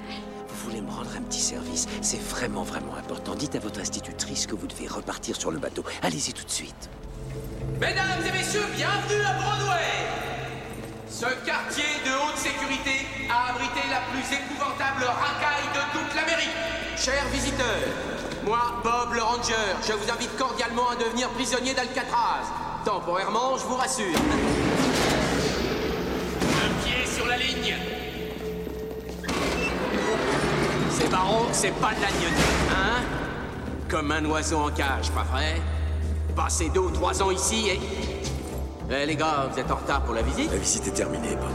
B: Vous voulez me rendre un petit service C'est vraiment, vraiment important. Dites à votre institutrice que vous devez repartir sur le bateau. Allez-y tout de suite.
O: Mesdames et messieurs, bienvenue à Broadway Ce quartier de haute sécurité a abrité la plus épouvantable racaille de toute l'Amérique. Chers visiteurs, moi, Bob le Ranger, je vous invite cordialement à devenir prisonnier d'Alcatraz. Temporairement, je vous rassure. Un pied sur la ligne. Ces barreaux, c'est pas de la gnognotte, hein Comme un oiseau en cage, pas vrai Passez deux ou trois ans ici et... Eh les gars, vous êtes en retard pour la visite
J: La visite est terminée, Bob.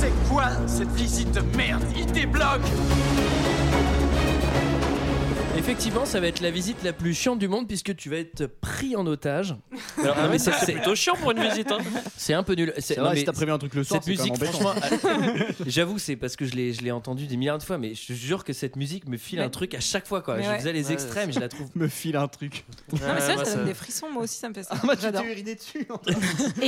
O: C'est quoi cette visite de merde Il débloque
A: Et Effectivement, ça va être la visite la plus chiante du monde puisque tu vas être pris en otage.
D: Ah ouais, ça, c'est plutôt chiant pour une visite, hein.
A: C'est un peu nul. C'est-
G: C'est vrai,
A: non,
G: si
A: mais
G: t'as prévu un truc le soir,
A: Cette
G: c'est quand même
A: musique, franchement,
G: embêtant.
A: j'avoue, c'est parce que je l'ai, je l'ai entendu des milliards de fois, mais je te jure que cette musique me file
F: Mais-
A: un truc à chaque fois. Quoi.
F: Mais
A: Je
F: ouais.
A: faisais les
F: Ouais,
A: extrêmes, je la trouve.
G: Me file un truc.
F: Non, mais c'est
A: Ah,
F: vrai, ça donne des frissons, moi aussi, ça me fait ça. J'adore.
N: Et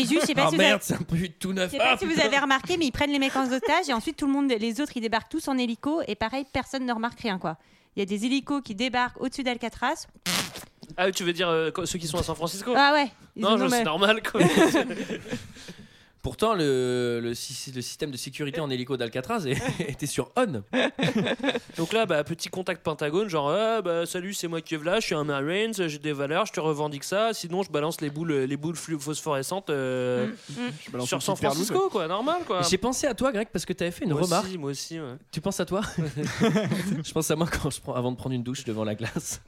N: juste, je sais pas
A: Ah
N: si vous avez-
A: merde, c'est un peu tout
N: Je
A: neuf.
N: sais pas
A: Ah,
N: si vous
A: putain.
N: avez remarqué, mais ils prennent les mecs en otage et ensuite tout le monde, les autres, ils débarquent tous en hélico et pareil, personne ne remarque rien quoi. Il y a des hélicos qui débarquent au-dessus d'Alcatraz.
D: Ah, tu veux dire euh, quoi, ceux qui sont à San Francisco
N: Ah ouais. Ils
D: Non,
N: ont-
D: je-
N: mais-
D: c'est normal. Quoi.
A: Pourtant, le, le, sy- le système de sécurité en hélico d'Alcatraz est- était sur on.
D: Donc là, bah, petit contact Pentagone, genre, Ah, bah, salut, c'est moi qui est là, je suis un Marines, j'ai des valeurs, je te revendique ça, sinon je balance les boules, les boules flu- phosphorescentes euh,
A: balance
D: sur
A: une
D: San
A: petite perlouse.
D: Francisco, quoi, normal,
F: Ah.
D: quoi.
A: J'ai pensé à toi, Greg, parce que tu avais fait une
D: Moi
A: remarque.
D: aussi, moi aussi, ouais.
A: Tu penses à toi Je pense à moi quand je prends, avant de prendre une douche devant la glace.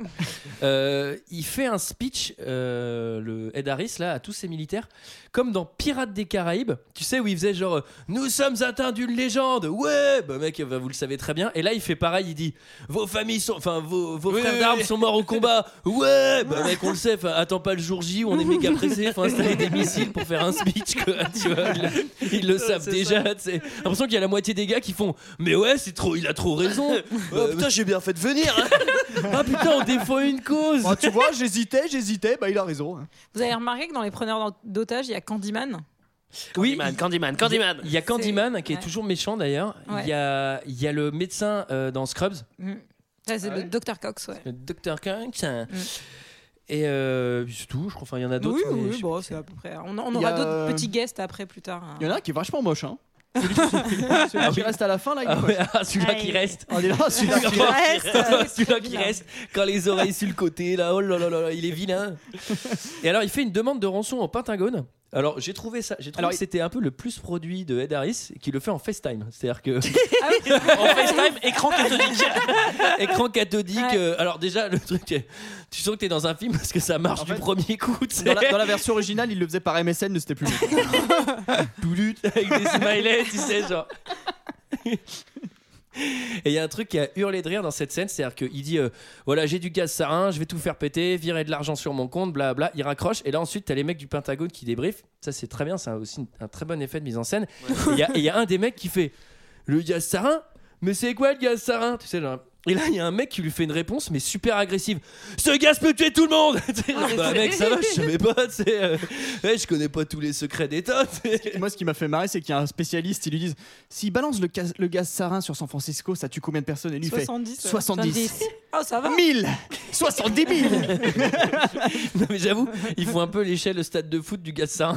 A: Euh, il fait un speech, euh, le Ed Harris, là, à tous ses militaires, comme dans Pirates des Caraïbes. Tu sais, où il faisait genre euh, Nous sommes atteints d'une légende Ouais Bah, mec, bah, vous le savez très bien. Et là, il fait pareil il dit Vos familles sont. Enfin, vos, vos
D: Oui,
A: frères
D: oui,
A: d'armes
D: oui.
A: sont morts au combat Ouais Bah, mec, on le sait. Enfin, Attends pas le jour J où on est méga pressé. Faut installer des missiles pour faire un speech, quoi. Tu vois, il- ils, le savent déjà. tu sais. J'ai l'impression qu'il y a la moitié des gars qui font Mais ouais, c'est trop, il a trop raison. oh putain, j'ai bien fait de venir. ah putain, on défend une cause.
D: Oh,
G: Ah, tu vois, j'hésitais, j'hésitais, bah il a raison.
F: Vous avez remarqué que dans les preneurs d'otages, il y a Candyman
A: Oui,
D: Candyman, Candyman, Candyman.
A: Il y a Candyman qui est toujours méchant d'ailleurs.
F: Ouais.
A: Il y, a, il y a le médecin euh, dans Scrubs,
F: Mm. Ça, c'est le Dr. Cox, ouais.
A: le Dr. Kinks.
F: Mm.
A: Et euh, c'est tout, je crois. Enfin, il y en a d'autres.
F: Oui,
A: mais je
F: oui,
A: sais
F: bon, c'est à peu près. On, on
G: Il y
F: aura
G: a-
F: d'autres petits guests après, plus tard. hein.
G: Il y en a un qui est vachement moche, hein. Celui qui- celui qui reste à la fin, là, il est
A: Ah, ouais,
G: moche.
A: ah, celui-là qui
G: Aïe.
A: reste.
G: On est là, celui-là qui
A: Oh,
G: reste.
A: celui-là qui reste. Quand les oreilles sur le côté, là, oh là là là, là, il est vilain. Et alors, il fait une demande de rançon au Pentagone. Alors, j'ai trouvé ça. J'ai trouvé
D: Alors,
A: que
D: il-
A: c'était un peu le plus produit de Ed Harris qui le fait en FaceTime. C'est-à-dire que.
G: Ah
D: en FaceTime, écran cathodique.
A: écran cathodique. euh, alors, déjà, le truc, tu tu sens que t'es dans un film parce que ça marche du premier coup. tu sais.
G: Dans la, dans la version originale, il le faisait par MSN, ne c'était plus. lui.
A: avec des smileys, tu sais, genre. Et il y a un truc qui a hurlé de rire dans cette scène, c'est-à-dire qu'il dit euh, Voilà, j'ai du gaz sarin, je vais tout faire péter, virer de l'argent sur mon compte, blablabla. Il raccroche, et là ensuite, t'as les mecs du Pentagone qui débriefent. Ça, c'est très bien, c'est aussi un très bon effet de mise en scène. Et il y a- et il y, a un des mecs qui fait Le gaz sarin Mais c'est quoi le gaz sarin Tu sais, genre. Et là, il y a un mec qui lui fait une réponse, mais super agressive. Ce gaz peut tuer tout le monde Tu sais, genre, Bah, mec, ça va, je savais pas, tu sais. euh, ouais, je connais pas tous les secrets d'État, tu sais.
G: Moi, ce qui m'a fait marrer, c'est qu'il y a un spécialiste, il lui dit S'il balance le, gaz- le gaz sarin sur San Francisco, ça tue combien de personnes Et lui, il fait
F: 70, ouais.
G: 70.
F: 70. Oh, ça va
G: 1000 70 000
A: Non mais j'avoue, ils font un peu l'échelle de stade de foot du gaz sarin.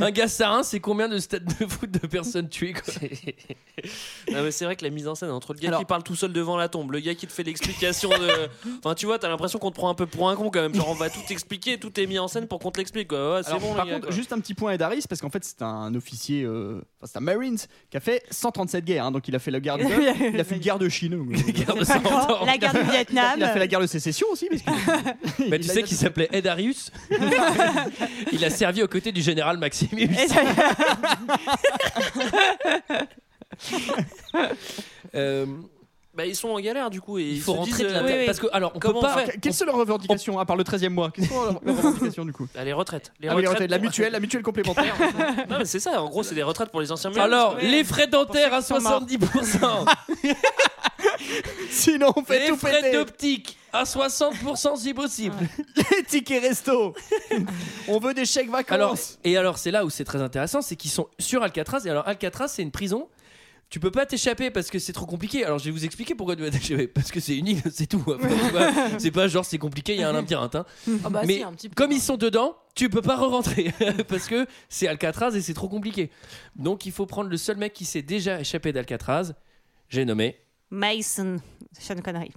A: Un gaz sarin, c'est combien de stades de foot de personnes tuées quoi
D: Non, mais c'est vrai que la mise en scène entre le gars qui parle tout seul devant la tombe, le gars qui te fait l'explication de. Enfin, tu vois, t'as l'impression qu'on te prend un peu pour un con quand même. Genre, on va tout expliquer, tout est mis en scène pour qu'on te l'explique. quoi. Ouais, c'est
G: Alors,
D: bon,
G: par
D: les gars,
G: contre,
D: quoi.
G: juste un petit point à Ed Harris, parce qu'en fait, c'est un officier, euh, enfin, c'est un Marines, qui a fait 137 guerres. hein, donc, il a fait la guerre de, il a fait une guerre de Chine,
A: de Cent Ans. La guerre du Vietnam.
G: Il a fait la guerre de sécession aussi. Parce que...
A: Bah, tu sais qu'il s'appelait Ed Arius. Il a servi aux côtés du général Maximus. Euh,
D: Bah, ils sont en galère du coup. Et
A: il
D: ils
A: faut
D: se
A: rentrer
D: disent,
A: de la
D: euh,
A: table parce que alors on peut
D: Comment on
A: pas.
D: fait
G: Quelles sont leurs revendications, à part le 13e mois Quelles sont leurs leurs revendications du coup
D: Ah, les retraites. Les
G: Ah oui, les retraites, la
D: pour-
G: mutuelle, la mutuelle complémentaire.
D: non, mais c'est ça, en gros, c'est des retraites pour les anciens
N: Ah,
D: militaires.
A: Alors
D: Ouais.
A: les frais dentaires à
D: Pour ceux qui sont morts.
A: 70%,
G: Sinon, on fait
A: les
G: tout
A: frais
G: péter.
A: d'optique à 60% si possible.
G: Les tickets resto. on veut des chèques vacances.
A: Alors, et alors, c'est là où c'est très intéressant, c'est qu'ils sont sur Alcatraz. Et alors, Alcatraz, c'est une prison. Tu peux pas t'échapper parce que c'est trop compliqué. Alors, je vais vous expliquer pourquoi tu vas t'échapper. Parce que c'est une île, c'est tout. Après, tu vois, c'est pas genre c'est compliqué, il y a un labyrinthe. hein.
F: Ah bah si,
A: Mais
F: un petit peu.
A: comme ils sont dedans, tu peux pas re-rentrer parce que c'est Alcatraz et c'est trop compliqué. Donc, il faut prendre le seul mec qui s'est déjà échappé d'Alcatraz. J'ai nommé
N: Mason, Sean Connery.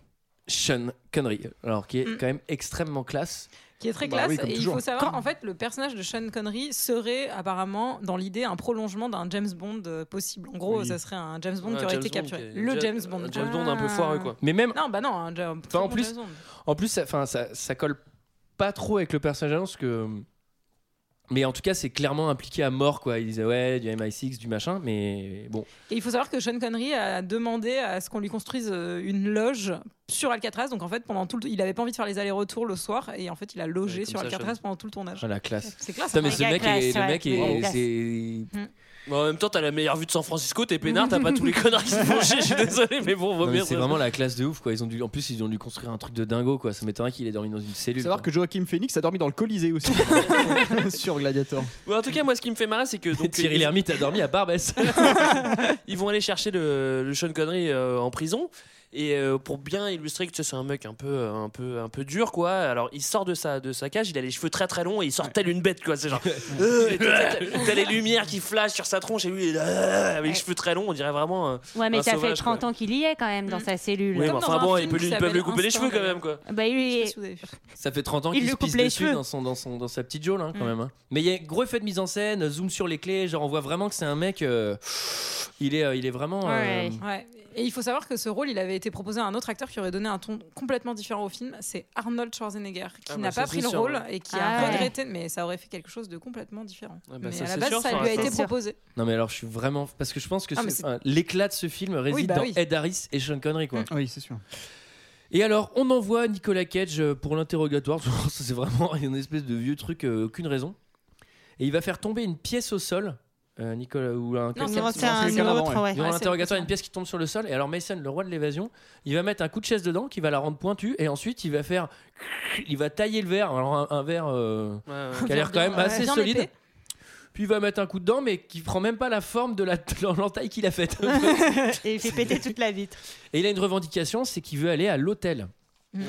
A: Sean Connery. Alors, qui est quand même extrêmement classe.
F: qui est très
A: Bah
F: classe.
A: oui, comme
F: et il
A: toujours.
F: faut savoir, en fait, le personnage de Sean Connery serait apparemment, dans l'idée, un prolongement d'un James Bond euh, possible. En gros,
A: Oui.
F: ça serait un James Bond
D: Ouais,
F: qui aurait
D: James
F: été
D: Bond
F: capturé.
D: qui est-
F: Le
D: Ja-
F: James Bond.
D: un James Bond un peu
F: Ah.
D: foireux, quoi.
A: Mais même-
F: Non, bah non, un Ja-
A: Enfin, en plus,
F: James Bond.
A: En plus, ça, enfin, ça, ça colle pas trop avec le personnage d'annonce que Mais en tout cas, c'est clairement impliqué à mort, quoi. Ils disaient, ouais, du MI6, du machin, mais bon.
F: Et il faut savoir que Sean Connery a demandé à ce qu'on lui construise euh, une loge sur Alcatraz. Donc en fait, pendant tout le... il avait pas envie de faire les allers-retours le soir et en fait, il a logé
A: Ouais, comme
F: sur
A: ça,
F: Alcatraz
A: Sean.
F: pendant tout le tournage.
A: Ah, la classe.
F: C'est classe,
A: Putain, mais
F: hein.
A: ce mec,
F: Méga
A: est-
F: classe,
A: le mec
F: ouais.
A: est.
F: Méga
A: c'est-
D: Mais en même temps, t'as la meilleure vue de San Francisco, t'es peinard, t'as pas tous les connards qui se font chier, je suis désolé, mais bon, vaut
A: Non, mais
D: mieux.
A: c'est vraiment la classe de ouf quoi. Ils ont dû, en plus ils ont dû construire un truc de dingo quoi. Ça m'étonnerait qu'il ait dormi dans une
G: Faut
A: cellule.
G: savoir que Joachim Phoenix a dormi dans le Colisée aussi sur Gladiator.
D: Ouais, en tout cas, moi, ce qui me fait marrer, c'est que. Donc, euh,
A: Thierry
D: ils-
A: Lhermitte a dormi à Barbès.
D: ils vont aller chercher le, le Sean Connery euh, en prison et euh, pour bien illustrer que tu sais, c'est un mec un peu euh, un peu un peu dur quoi alors il sort de sa de sa cage il a les cheveux très très longs et il sort tel une bête quoi c'est genre euh, et t'as, t'as- t'as les lumières qui flashent sur sa tronche et lui il est, euh, avec les cheveux très longs on dirait vraiment euh,
N: Ouais, mais
D: un
N: ça fait
D: sauvage,
N: 30 ans qu'il y est quand même
G: Mm.
N: dans sa cellule.
D: Oui, mais enfin bon, ils peuvent lui- ils peuvent lui couper les cheveux quand même, quoi.
N: Bah, il est-
A: Ça fait 30 ans
N: Il
A: qu'il
N: lui
A: se
N: coupe
A: pisse
N: les
A: dessus
N: cheveux.
A: dans, son, dans, son, dans sa petite geôle hein, quand
N: Mm.
A: même. hein. Mais il y a un gros effet de mise en scène, zoom sur les clés. Genre on voit vraiment que c'est un mec. euh, il, est, euh, il est vraiment. euh,
F: Ouais. Et il faut savoir que ce rôle, il avait été proposé à un autre acteur qui aurait donné un ton complètement différent au film. C'est Arnold Schwarzenegger, qui
A: Ah bah,
F: n'a
A: ça,
F: pas
A: c'est
F: pris le
A: sûr,
F: rôle
A: ouais.
F: et qui
A: Ah
F: a
A: ouais.
F: regretté, mais ça aurait fait quelque chose de complètement différent.
D: bah,
F: mais
D: ça,
F: à la
D: c'est
F: base,
D: sûr,
F: ça
D: ça
F: lui a
D: aurait
F: été
D: été sûr.
F: proposé.
A: Non mais alors je suis vraiment parce que je pense que
F: Ah,
A: ce-
F: mais c'est-
A: enfin, l'éclat de ce film réside
F: Oui, bah
A: dans
F: oui. Mm.
A: Ed Harris et Sean Connery quoi.
G: Oui, c'est sûr.
A: Et alors, on envoie Nicolas Cage euh, pour l'interrogatoire. Ça, C'est vraiment une espèce de vieux truc, euh, aucune raison. Et il va faire tomber une pièce au sol. euh, Nicolas ou un
N: Non, c'est- Non, c'est c'est un quelqu'un autre, avant, ouais. ouais.
A: Durant
N: Ouais, c'est
A: l'interrogatoire, une pièce qui tombe sur le sol. Et alors Mason, le roi de l'évasion, il va mettre un coup de chaise dedans, qui va la rendre pointue, et ensuite il va faire, il va tailler le verre, alors un, un verre euh,
D: ouais.
A: qui a l'air quand même
D: Bien-
A: assez
D: bien
A: solide.
D: épais.
A: Puis il va mettre un coup dedans, mais qui prend même pas la forme de la- de l'entaille qu'il a faite.
N: Et il fait péter toute la vitre.
A: Et il a une revendication, c'est qu'il veut aller à l'hôtel.
D: Ouais.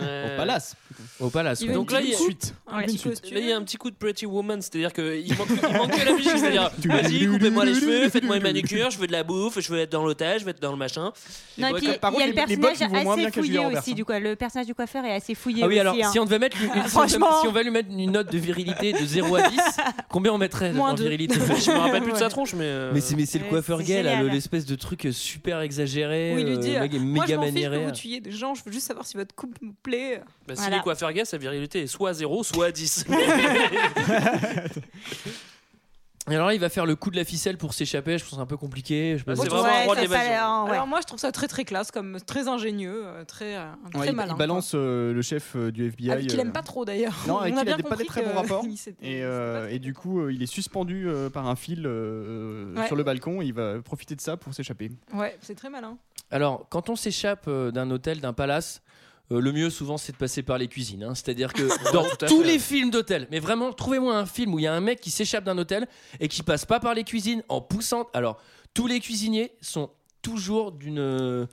A: Au palace.
D: Il
A: ouais.
D: veut Donc une là, il y a-
G: Euh,
F: suite.
D: Un
A: Une
D: petit
A: suite.
D: peu- Là, il y a un petit coup de Pretty Woman, c'est-à-dire qu'il manque, il manque que la musique. C'est-à-dire, vas-y, coupez-moi les cheveux, faites-moi une manucure, je veux de la bouffe, je veux être dans l'otage, je veux être dans le machin.
N: Non,
D: Et
N: et
D: ouais,
N: puis,
D: comme-
N: il y a le personnage assez fouillé aussi, du coup. Le personnage du coiffeur est assez fouillé
A: Ah oui,
N: aussi,
A: alors
N: hein.
A: si on devait mettre une- une- si on devait-
N: Franchement.
A: si on va lui mettre une note de virilité de 0 à 10, combien on mettrait
D: Moins
A: en
D: deux.
A: virilité
D: Je me rappelle plus de sa tronche, mais. euh,
A: Mais c'est mais c'est le
D: Ouais,
A: coiffeur
D: c'est
A: gay là,
D: génial.
A: le- l'espèce de truc super exagéré,
F: Où il lui dit
A: euh,
F: euh,
A: mec est
F: Moi, je
A: méga
F: m'en fiche que
A: maniéré. hein."
F: vous tuiez des gens, je veux juste savoir si votre couple me plaît.
D: Bah, Si
F: Voilà.
D: les coiffeurs gays, sa virilité est soit à 0, soit à 10.
A: Et alors là, il va faire le coup de la ficelle pour s'échapper, je pense que c'est un peu compliqué, je sais pas.
D: Bah, C'est vraiment un roi de
F: Alors,
D: l'évasion.
F: moi, je trouve ça très très classe, comme très ingénieux, euh, très, euh, très
G: Ouais, il,
F: malin.
G: il balance euh, le chef euh, du
N: Ah,
G: FBI.
F: Avec qui il
G: euh,
F: aime pas trop d'ailleurs.
G: Non,
F: On
G: avec
F: a
G: qui il
F: bien
G: a des- pas des
F: compris
G: très bons
F: que-
G: rapports.
F: il s'était-
G: Et, euh, et du coup, euh, il est suspendu euh, par un fil euh,
F: Ouais.
G: sur le balcon. Il va profiter de ça pour s'échapper.
F: Ouais, c'est très malin.
A: Alors, quand on s'échappe euh, d'un hôtel, d'un palace, euh, le mieux souvent c'est de passer par les cuisines. hein. C'est-à-dire que dans
D: tout à
A: tous
D: fait.
A: les films d'hôtel, mais vraiment, trouvez-moi un film où il y a un mec qui s'échappe d'un hôtel et qui passe pas par les cuisines en poussant. Alors, tous les cuisiniers sont toujours d'une euh,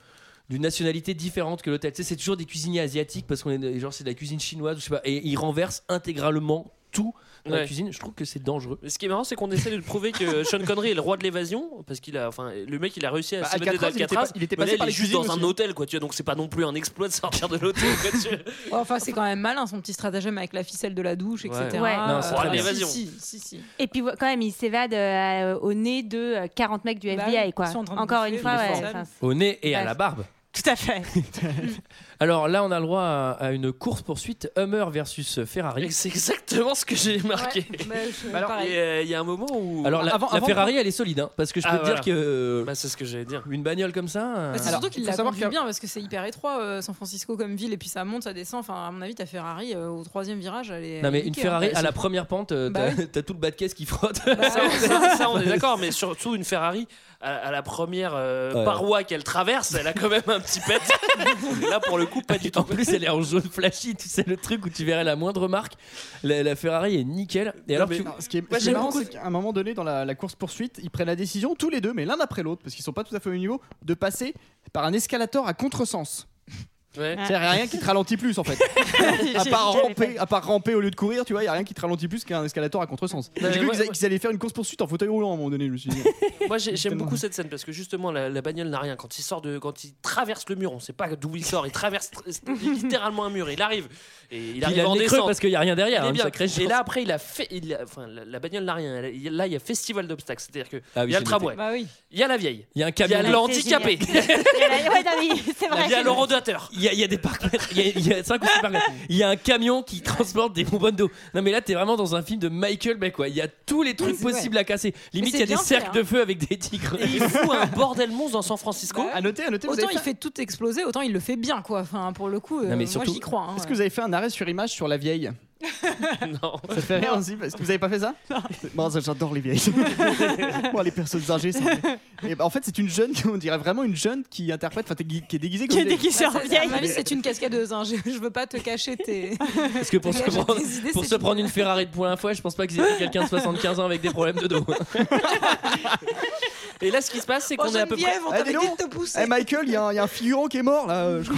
A: d'une nationalité différente que l'hôtel. Tu sais, c'est toujours des cuisiniers asiatiques parce qu'on est genre c'est de la cuisine chinoise, ou je sais pas, et ils renversent intégralement tout dans la
D: Ouais.
A: cuisine. Je trouve que c'est dangereux.
D: Mais ce qui est marrant, c'est qu'on essaie de prouver que Sean Connery est le roi de l'évasion, parce qu'il a, enfin, le mec, il a réussi à
G: Bah,
D: se mettre
G: Alcatraz, il était
D: d'Alcatraz.
G: pas- il était
D: mais là,
G: passé par
D: est
G: les
D: juste
G: cuisines
D: dans un
G: aussi.
D: hôtel, quoi. Tu vois, donc c'est pas non plus un exploit de sortir de l'hôtel. quoi, tu vois.
F: Ouais, enfin, c'est quand même malin son petit stratagème avec la ficelle de la douche, etc.
D: Ouais. Ouais. Non, c'est
F: Euh,
D: très
F: si,
D: bien. Évasion.
F: Si, si, si.
N: Et puis quand même, il s'évade euh, au nez de euh, 40 mecs du
F: Bah
N: FBI,
F: oui,
N: quoi.
F: ils sont en train de
N: Encore
F: bouffer,
N: une fois,
F: ils
N: ouais.
F: sont
N: enfin,
F: sales.
A: Au nez et à
N: Ouais.
A: la barbe.
N: Tout à fait.
A: Alors là, on a le droit à, à une course-poursuite Hummer versus Ferrari.
D: C'est exactement ce que j'ai marqué.
F: Mais
D: alors,
F: pareil.
D: il y
G: euh,
D: a- il y a un moment où.
A: Alors la, la Ferrari, elle est solide, hein, parce que je peux
D: Ah,
A: te
D: voilà.
A: dire que euh,
D: c'est ce que j'allais dire.
A: Une bagnole comme ça. euh,
F: Bah, c'est surtout qu'il
G: faut
F: la
G: savoir
F: conduit bien parce que c'est hyper étroit euh, San Francisco comme ville et puis ça monte, ça descend. Enfin, à mon avis, ta Ferrari euh, au troisième virage, elle est.
A: Non mais
F: elle
A: une
F: est niquée,
A: Ferrari
F: hein.
A: à la première pente, euh,
F: Bah
A: t'as t'as tout le bas de caisse qui frotte.
F: Ah
D: ça, ça- ça, on est d'accord, mais surtout une Ferrari à, à la première euh,
A: Ouais.
D: paroi qu'elle traverse, elle a quand même un petit pet. Et là, pour le coup, pas du tout.
A: En plus, elle est en jaune flashy, tu sais le truc où tu verrais la moindre marque. La, la Ferrari est nickel. Et alors, tu-
G: Non, ce qui est,
A: Moi,
G: ce qui est
A: j'aime
G: marrant,
A: beaucoup-
G: c'est qu'à un moment donné, dans la, course poursuite, ils prennent la décision, tous les deux, mais l'un après l'autre, parce qu'ils sont pas tout à fait au même niveau, de passer par un escalator à contresens.
D: Ouais.
G: cest à rien qui te ralentit plus en fait. à, part ramper, à part ramper au lieu de courir, tu vois, il a rien qui te ralentit plus qu'un escalator à contresens.
D: Non, mais
G: J'ai cru
D: moi-
G: qu'ils a- qu'ils allaient faire une course poursuite en fauteuil roulant à un moment donné, je me suis dit.
D: Moi, j'ai- j'aime beaucoup cette scène parce que justement, la, la bagnole n'a rien. Quand il sort de, quand il traverse le mur, on sait pas d'où il sort. Il traverse tr- littéralement un mur. Il arrive et il
A: il a
D: arrive
A: le
D: en
A: nez creux
D: descente.
A: parce qu'il y a rien derrière.
D: Il est
A: hein,
D: bien.
A: sacré
D: Et
A: chance.
D: là après il a fait, il a- enfin la, la bagnole n'a rien. Elle a- il- Là il y a festival d'obstacles, c'est-à-dire que
A: Ah oui,
D: il y a
A: j'ai
D: le
A: noté.
D: tramway,
F: Bah oui.
D: il y a la vieille,
A: il y a un
D: il y
A: camion.
D: a l'handicapé,
N: C'est génial. Il y a la- ouais, non, mais c'est vrai.
D: il y a le rodateur,
A: Il il y, a- il y a des parcs-mètres, il y a- il y a cinq ou six parcs-mètres. Il y a un camion qui transporte des bonbonnes d'eau. Non, mais là, t'es vraiment dans un film de Michael Bay, quoi. Il y a tous les trucs
D: Oui, c'est vrai.
A: possibles à casser. Limite,
D: c'est
A: il y a des
D: bien fait,
A: cercles
D: hein.
A: de feu avec des tigres.
D: Et il fout un bordel monstre dans San Francisco.
G: À noter, à noter, Ah, vous
F: Autant
G: avez
F: il
G: fait-
F: fait tout exploser, autant il le fait bien, quoi. Enfin, pour le coup, euh,
G: Non, mais
F: moi
G: surtout,
F: j'y crois. hein.
G: Est-ce que vous avez fait un arrêt sur image sur la vieille
D: Non.
G: Ça fait rire aussi parce que vous avez pas fait ça Bon, ça, j'adore les vieilles. bon, les personnes âgées. ça me- Et bah, en fait, c'est une jeune, on dirait vraiment une jeune qui interprète, enfin, qui qui est déguisée comme
F: Bah,
G: une-
F: c'est- À mon avis, c'est une cascadeuse. Hein. Je, je veux pas te cacher tes.
A: Parce que pour se,
F: J'ai
A: prendre,
F: des idées,
A: pour
F: c'est
A: se
F: une-
A: prendre une Ferrari de poing à fois, je pense pas qu'ils aient quelqu'un de 75 ans avec des problèmes de dos.
D: Et là, ce qui se passe, c'est
F: Oh,
D: qu'on est à peu près.
F: Geneviève, on
A: Ah,
G: Eh, dis donc. Eh, Michael, il y, a un- il y a un figurant qui est mort là. euh, je-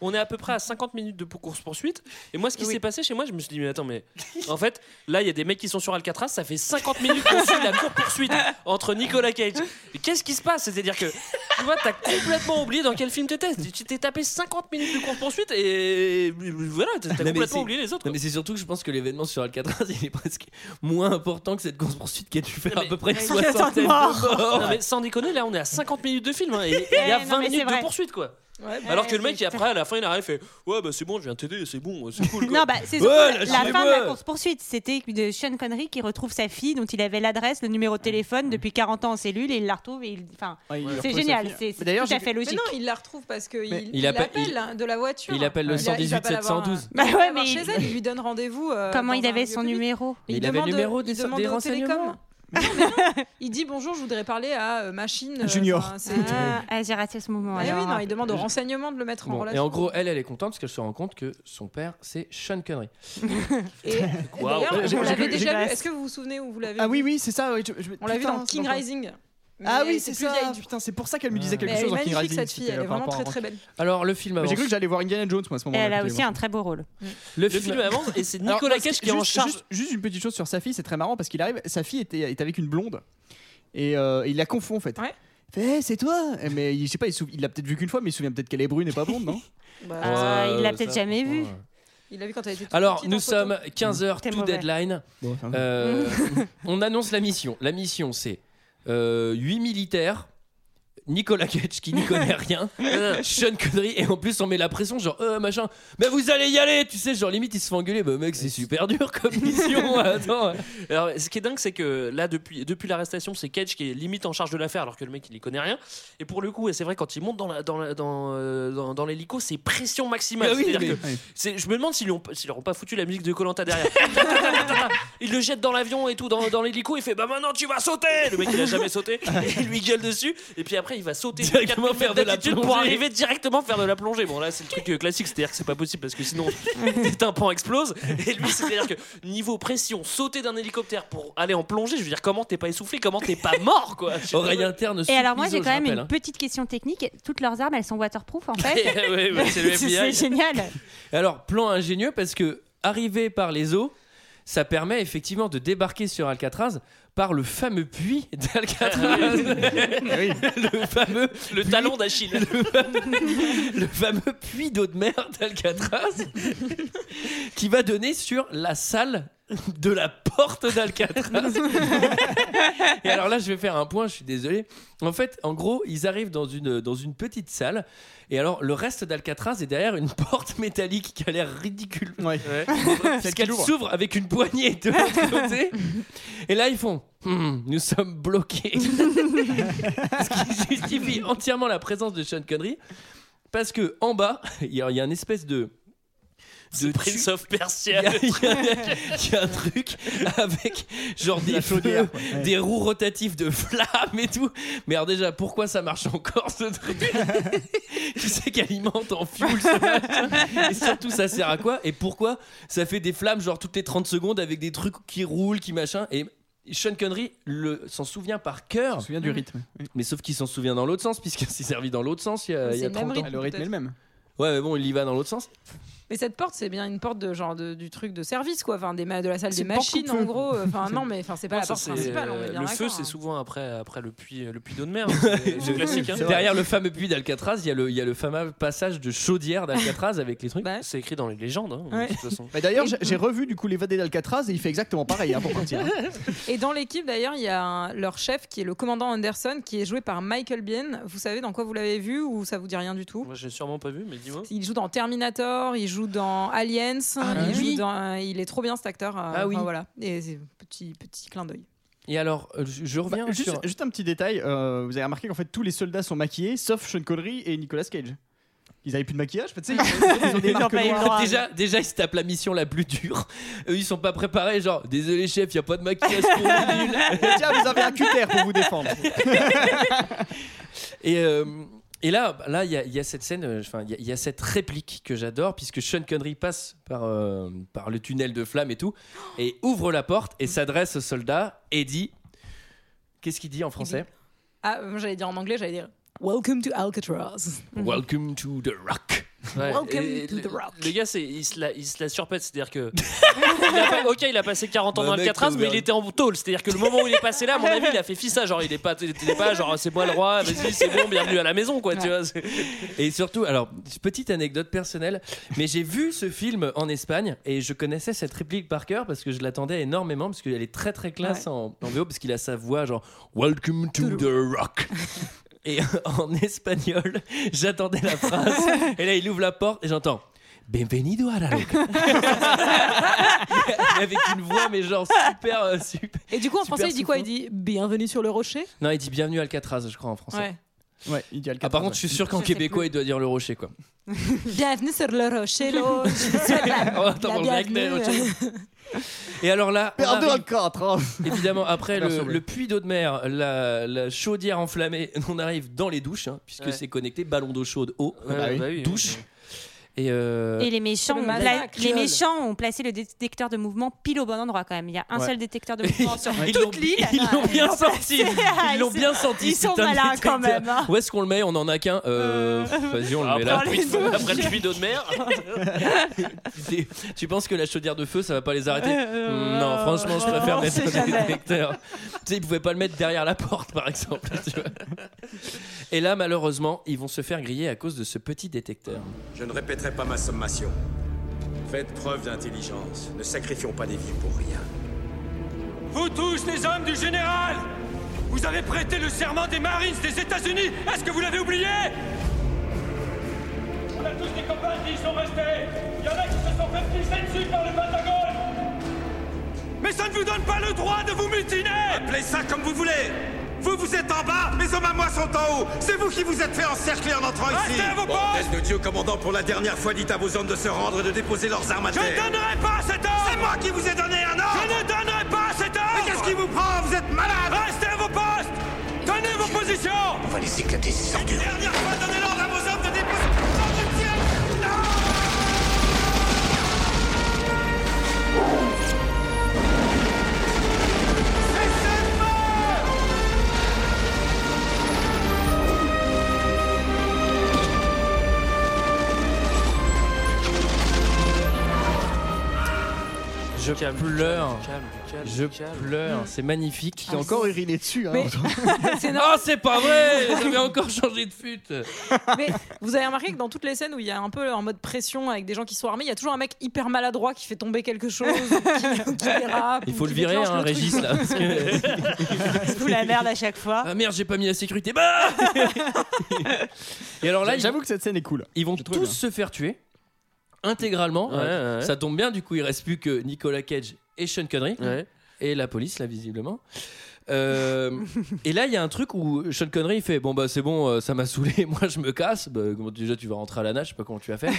D: On est à peu près à 50 minutes de course poursuite. Et moi, ce qui s'est passé chez moi, je me suis dit, mais attends, mais en fait, là, il y a des mecs qui sont sur Alcatraz, ça fait 50 minutes qu'on suit la course poursuite entre Nicolas Cage. Et Qu'est-ce qui se passe C'est-à-dire que, tu vois, t'as complètement oublié dans quel film t'étais. Tu- Tu t'es tapé 50 minutes de course poursuite et et voilà, t'as t'as
A: Non, mais c'est-
D: complètement oublié les autres.
A: Non, mais c'est surtout que je pense que l'événement sur Alcatraz, il est presque moins important que cette course poursuite qui a dû faire à peu près une
D: mais-
A: soixantaine de morts.
D: Non, mais sans déconner, là on est à 50 minutes de film hein, et et il y a
A: Ouais, non,
D: 20
A: mais c'est
D: minutes de
A: vrai.
D: poursuite quoi.
F: Ouais, bah,
D: Alors que le mec, il, après à la fin, il arrive et fait Ouais, bah c'est bon, je viens t'aider, c'est bon, c'est cool. quoi.
N: Non, bah, c'est
D: Ouais,
N: surtout
D: là,
N: la
D: c'est
N: fin de
D: moi.
N: la course-poursuite. C'était de Sean Connery qui retrouve sa fille dont il avait l'adresse, le numéro de téléphone depuis 40 ans en cellule et il la retrouve. Et il... enfin,
G: Ouais, il
N: c'est
G: retrouve sa
N: génial,
G: fille.
N: c'est
G: Mais
N: c'est
G: d'ailleurs,
N: tout à
G: j'ai-
N: fait
F: Mais
N: logique.
F: non, il la retrouve parce que
A: Mais
F: il,
A: il
F: il
A: appelle-
F: appelle
A: il-
F: hein, de la voiture.
A: il appelle le
F: a- il va pas
A: 118
F: l'avoir, hein.
A: 712.
N: Bah
F: Il va
N: ouais,
F: l'avoir
N: mais
F: chez
N: il-
F: elle, il lui donne rendez-vous. euh,
N: Comment
F: dans
N: il
F: un
N: avait
F: lieu
N: son
F: public.
N: numéro
A: Mais
F: il,
A: il avait le
F: demande- euh,
A: numéro des-
F: il demande
A: des
F: au télécom.
A: renseignements.
F: Non, mais non, Il dit bonjour, je voudrais parler à euh, machine euh,
A: Junior.
F: enfin, c'est-
N: Ah, ah, j'ai raté ce moment.
F: Ah oui,
N: alors.
F: non,
G: hein,
F: il demande au renseignement de le mettre en
A: Bon,
F: relation.
A: et en gros, elle, elle est contente parce qu'elle se rend compte que son père, c'est Sean Connery.
F: Et- et
A: Waouh.
F: d'ailleurs,
A: J'ai-
F: on
A: j'ai
F: l'avait
A: cru-
F: déjà
A: j'ai-
F: vu. Est-ce que vous vous souvenez où vous l'avez
G: Ah
F: vu
G: oui, oui, c'est ça. oui, je- je-
F: On l'a vu
G: putain,
F: dans
G: c'est
F: King
G: longtemps.
F: Rising.
G: Ah
F: Mais
G: oui,
F: elle
G: c'est
F: était plus
G: ça.
F: vieille, du
G: Putain, c'est pour ça qu'elle me disait quelque
F: Ah. Mais elle est
G: chose dans King
F: magnifique,
G: Rising.
F: cette fille,
G: c'était,
F: elle est
G: euh, par
F: vraiment
G: rapport à
F: très, très
G: Rocky.
F: belle.
A: Alors, le film
G: Mais
A: avance.
G: J'ai cru que j'allais voir Indiana Jones moi à
N: Et
G: ce moment-là.
N: elle a aussi
G: absolument.
N: un très beau rôle.
A: Le
D: film avance et c'est Nicolas
G: Alors, moi, ce
D: Cage qui est en
G: juste-
D: charge.
G: Juste, juste une petite chose sur sa fille, c'est très marrant parce qu'il arrive, sa fille était, est avec une blonde et euh, il la confond en fait. Il fait, Eh, c'est toi Eh, Mais il, je sais pas, il sou- il l'a peut-être vu qu'une fois, mais il se souvient peut-être qu'elle est brune et pas blonde, non
F: Bah,
N: Ah,
A: Ouais,
N: il l'a
A: ça,
N: peut-être jamais vu.
F: Il l'a vu quand elle était toute
A: Alors,
F: petite en
A: nous
F: photo.
A: sommes 15h,
F: T'es
A: tout
F: mauvais.
A: deadline.
G: Mm.
A: Euh, on annonce la mission. La mission, c'est 8 militaires. Nicolas Cage qui n'y connaît rien, Sean Connery, et en plus on met la pression, genre euh, machin, mais vous allez y aller, tu sais, genre limite ils se font engueuler, bah mec c'est super dur comme mission, attends.
D: Alors, ce qui est dingue, c'est que là, depuis, depuis l'arrestation, c'est Cage qui est limite en charge de l'affaire, alors que le mec, il y connaît rien. Et pour le coup, et c'est vrai, quand il monte dans, la, dans, la- dans, euh, dans, dans l'hélico, c'est pression maximale.
A: Ah oui,
D: C'est-à-dire
A: mais-
D: que c'est- je me demande s'ils, lui ont- s'ils leur ont pas foutu la musique de Colanta derrière. il le jette dans l'avion et tout, dans, dans l'hélico, il fait Bah maintenant, tu vas sauter Le mec, il a jamais sauté, il lui gueule dessus, et puis après, il va sauter de
A: Directement
D: 4000
A: faire
D: mètres
A: de la
D: d'altitude pour
A: plongée.
D: arriver directement faire de la plongée. Bon, là, c'est le truc euh, classique, c'est-à-dire que c'est pas possible parce que sinon, tes tympans explosent. Et lui, c'est-à-dire que niveau pression, sauter d'un hélicoptère pour aller en plongée, je veux dire, comment t'es pas essoufflé, comment t'es pas mort, quoi
A: Oreille interne,
N: Et alors moi j'ai
A: sous-ISO,
N: quand
A: je
N: même une
A: rappelle, hein.
N: petite question technique. Toutes leurs armes elles sont waterproof en fait.
A: Ouais, ouais, c'est le FBI.
N: C'est génial.
A: Et hein. Alors, plan ingénieux parce que arrivé par les eaux, ça permet effectivement de débarquer sur Alcatraz par le fameux puits d'Alcatraz.
G: Eh
A: le fameux
D: le talon d'Achille.
A: le fameux puits d'eau de mer d'Alcatraz qui va donner sur la salle de la porte d'Alcatraz. Et alors là, je vais faire un point, je suis désolé. En fait, en gros, ils arrivent dans une, dans une petite salle. Et alors, le reste d'Alcatraz est derrière une porte métallique qui a l'air ridicule. Parce
G: Celle
A: qu'elle
G: qui ouvre.
A: s'ouvre avec une poignée de l'autre côté. Et là, ils font Hmm, Nous sommes bloqués. Ce qui justifie entièrement la présence de Sean Connery. Parce que en bas, il y a, il y a une espèce de. De
D: Prince of
A: il y,
D: Persia.
A: a, il y a- il y a un truc avec genre des
G: chaudière,
A: feux, des roues rotatives de flammes et tout. Mais alors déjà, pourquoi ça marche encore ce truc Qui c'est qui alimente en fuel ce machin Et surtout, ça sert à quoi Et pourquoi ça fait des flammes genre toutes les 30 secondes avec des trucs qui roulent, qui machin Et Sean Connery le- s'en souvient par cœur.
G: Je me souviens du rythme.
A: Mais sauf qu'il s'en souvient dans l'autre sens, puisqu'il s'est servi dans l'autre sens il y a, il y a 30 ans.
G: le rythme est le même.
A: Ouais, mais bon, il y va dans l'autre sens.
F: Mais cette porte, c'est bien une porte de genre de- du truc de service, quoi. Enfin, des ma- de la salle
D: C'est
F: des
D: une porte
F: machines,
D: coupe-feu.
F: en gros. Enfin, non, mais enfin, c'est pas
D: Non,
F: la
D: ça,
F: porte
D: c'est,
F: principale. on est
D: euh,
F: bien
D: le
F: d'accord,
D: feu,
F: hein.
D: c'est souvent après, après le puits, le puits d'eau de mer. C'est c'est classique. hein.
A: Derrière le fameux puits d'Alcatraz, il y, a le- il y a le fameux passage de chaudière d'Alcatraz avec les trucs.
F: Bah,
D: C'est écrit dans les légendes, hein,
F: Ouais.
D: de toute façon.
G: Bah, D'ailleurs, j'ai- j'ai revu du coup l'évadé d'Alcatraz et il fait exactement pareil hein, pour partir.
F: Et dans l'équipe, d'ailleurs, il y a un- leur chef qui est le commandant Anderson, qui est joué par Michael Biehn. Vous savez dans quoi vous l'avez vu ou ça vous dit rien du tout
D: Moi, j'ai sûrement pas vu, mais dis-moi.
F: Il joue dans Terminator, il joue dans Aliens, il, joue dans- euh, il est trop bien cet acteur. euh,
A: Ah oui.
F: enfin, voilà. Et c'est petit petit clin d'œil.
A: Et alors, euh, je je
F: bah,
A: reviens
G: Bah, Juste,
A: sur.
G: juste un petit détail, euh, vous avez remarqué qu'en fait tous les soldats sont maquillés sauf Sean Connery et Nicolas Cage. Ils avaient plus de maquillage, tu sais, ils ont- ils ont des marques noires.
F: Ah,
A: déjà, déjà, ils se tapent la mission la plus dure. Eux, ils sont pas préparés. Genre, désolé chef, y a pas de maquillage pour les nuls.
G: Tiens, vous avez un cutter pour vous défendre.
A: Et, euh, et là, là, il y, a- il y a cette scène, euh, enfin, il y, a- il y a cette réplique que j'adore, puisque Sean Connery passe par, euh, par le tunnel de flamme et tout, et ouvre la porte et s'adresse au soldat et dit Qu'est-ce qu'il dit en français
F: Ah, euh, j'allais dire en anglais, j'allais dire Welcome to Alcatraz.
A: Welcome to the rock.
F: Mhm. Welcome
D: et-
F: to the
D: le-
F: rock.
D: Le gars, c'est, il, se la, il se la surpète, c'est-à-dire que. il a pas- ok, il a passé 40 ans
A: Bah,
D: dans
A: mec,
D: Alcatraz,
A: t'as
D: mais
A: ouvert
D: il était en tôle. C'est-à-dire que le moment où il est passé là, à mon avis, il a fait fissa. Genre, il est pas, il était pas genre, c'est moi le roi, vas-y, c'est bon, bienvenue à la maison, quoi, tu vois. c'est-
A: Et surtout, alors, petite anecdote personnelle, mais j'ai vu ce film en Espagne et je connaissais cette réplique par cœur parce que je l'attendais énormément, parce qu'elle est très très classe en, en VO, parce qu'il a sa voix genre Welcome to the rock. Et en espagnol, j'attendais la phrase. Et là, il ouvre la porte et j'entends Bienvenido a la roca. Avec une voix, mais genre super, euh, super.
F: Et du coup, en
A: Super
F: français, il dit quoi Il dit Bienvenue sur le rocher
A: Non, il dit Bienvenue à Alcatraz, je crois, en français.
F: Ouais.
G: Ouais, il dit
A: Ah, par contre, je suis sûr qu'en
F: Je sais
A: québécois, il doit dire le rocher, quoi.
F: Bienvenue sur le rocher, là. Je vous souhaite la-
A: Oh, attends,
F: la
A: mon blague,
F: bienvenue.
A: t'es autre Et alors là, on
G: Perdons
A: arrive-
G: encore. hein.
A: évidemment, après
G: Bien
A: le,
G: sûr, oui.
A: le puits d'eau de mer, la, la chaudière enflammée, on arrive dans les douches, hein, puisque
D: Ouais.
A: c'est connecté, ballon d'eau chaude, eau, euh,
D: Ouais, bah oui. Bah oui.
A: Ah douche. Et, euh,
N: Et les méchants,
F: le
N: ont pla-
F: massacre.
N: les méchants ont placé le détecteur de mouvement pile au bon endroit quand même. Il y a un
A: Ouais.
N: seul détecteur de mouvement sur
A: Ils l'ont-
N: toute l'île. Ah,
A: Ils l'ont bien senti. Ils l'ont
N: Ils
A: bien
N: sont-
A: senti.
N: ils
A: ce
N: sont
A: putain de
N: malins quand
A: détecteur.
N: même, hein.
A: Où est-ce qu'on le met On en a qu'un. Euh, Vas-y, on le met
D: Après,
A: là.
D: le puits de feu- après le puits d'eau de mer.
A: T'es- tu penses que la chaudière de feu, ça va pas les arrêter
N: Euh,
A: Hmm, Non,
N: euh,
A: franchement, je
N: euh,
A: préfère
N: on
A: mettre
N: sait
A: un
N: jamais.
A: détecteur. tu sais, ils pouvaient pas le mettre derrière la porte, par exemple. tu vois. Et là, malheureusement, ils vont se faire griller à cause de ce petit détecteur.
L: Je ne répéterai pas ma sommation. Faites preuve d'intelligence. Ne sacrifions pas des vies pour rien.
C: Vous tous, les hommes du général Vous avez prêté le serment des Marines des États-Unis Est-ce que vous l'avez oublié On a tous des copains qui y sont restés Il y en a qui se sont fait pisser dessus par le Pentagone Mais ça ne vous donne pas le droit de vous mutiner
K: Appelez ça comme vous voulez Vous, vous êtes en bas, mes hommes à moi sont en haut C'est vous qui vous êtes fait encercler en entrant
C: Restez
K: ici
C: à vos
K: Bordel
C: postes
K: de Dieu, commandant, pour la dernière fois, dites à vos hommes de se rendre et de déposer leurs armes à
C: Je
K: terre
C: ne donnerai pas cet ordre
K: C'est moi qui vous ai donné un ordre
C: Je ne donnerai pas cet ordre
K: Mais qu'est-ce qui vous prend Vous êtes malade
C: Restez à vos postes Tenez vos positions
K: On va les éclater, ces ordures Dernière fois, donnez l'ordre à vos hommes de déposer...
A: Je
D: Calme,
A: pleure.
D: calme, calme,
A: Je
D: calme.
A: pleure. C'est magnifique.
N: Ah,
G: J'ai encore uriné dessus. hein.
F: C'est
A: Ah, c'est pas vrai J'avais encore changé de fute.
F: Mais vous avez remarqué que dans toutes les scènes où il y a un peu en mode pression avec des gens qui sont armés, il y a toujours un mec hyper maladroit qui fait tomber quelque chose, ou qui, qui dérape.
A: Il
F: ou
A: faut le
F: qui
A: virer,
F: déclenche
A: hein,
F: le truc.
A: Régis, là. parce que-
N: Ils se foutent la merde à chaque fois.
A: Ah merde, j'ai pas mis la sécurité. Bah Et alors là, ils,
G: J'avoue que cette scène est cool.
A: ils vont
G: trouve
A: tous
G: bien.
A: se faire tuer intégralement.
D: Ouais, ouais, ouais.
A: Ça tombe bien, du coup, il reste plus que Nicolas Cage et Sean Connery
D: Ouais.
A: et la police, là, visiblement. Euh, et là, il y a un truc où Sean Connery il fait Bon, bah, c'est bon, euh, ça m'a saoulé, moi je me casse. Bah, comment- déjà, tu vas rentrer à la nage, je sais pas comment tu vas faire.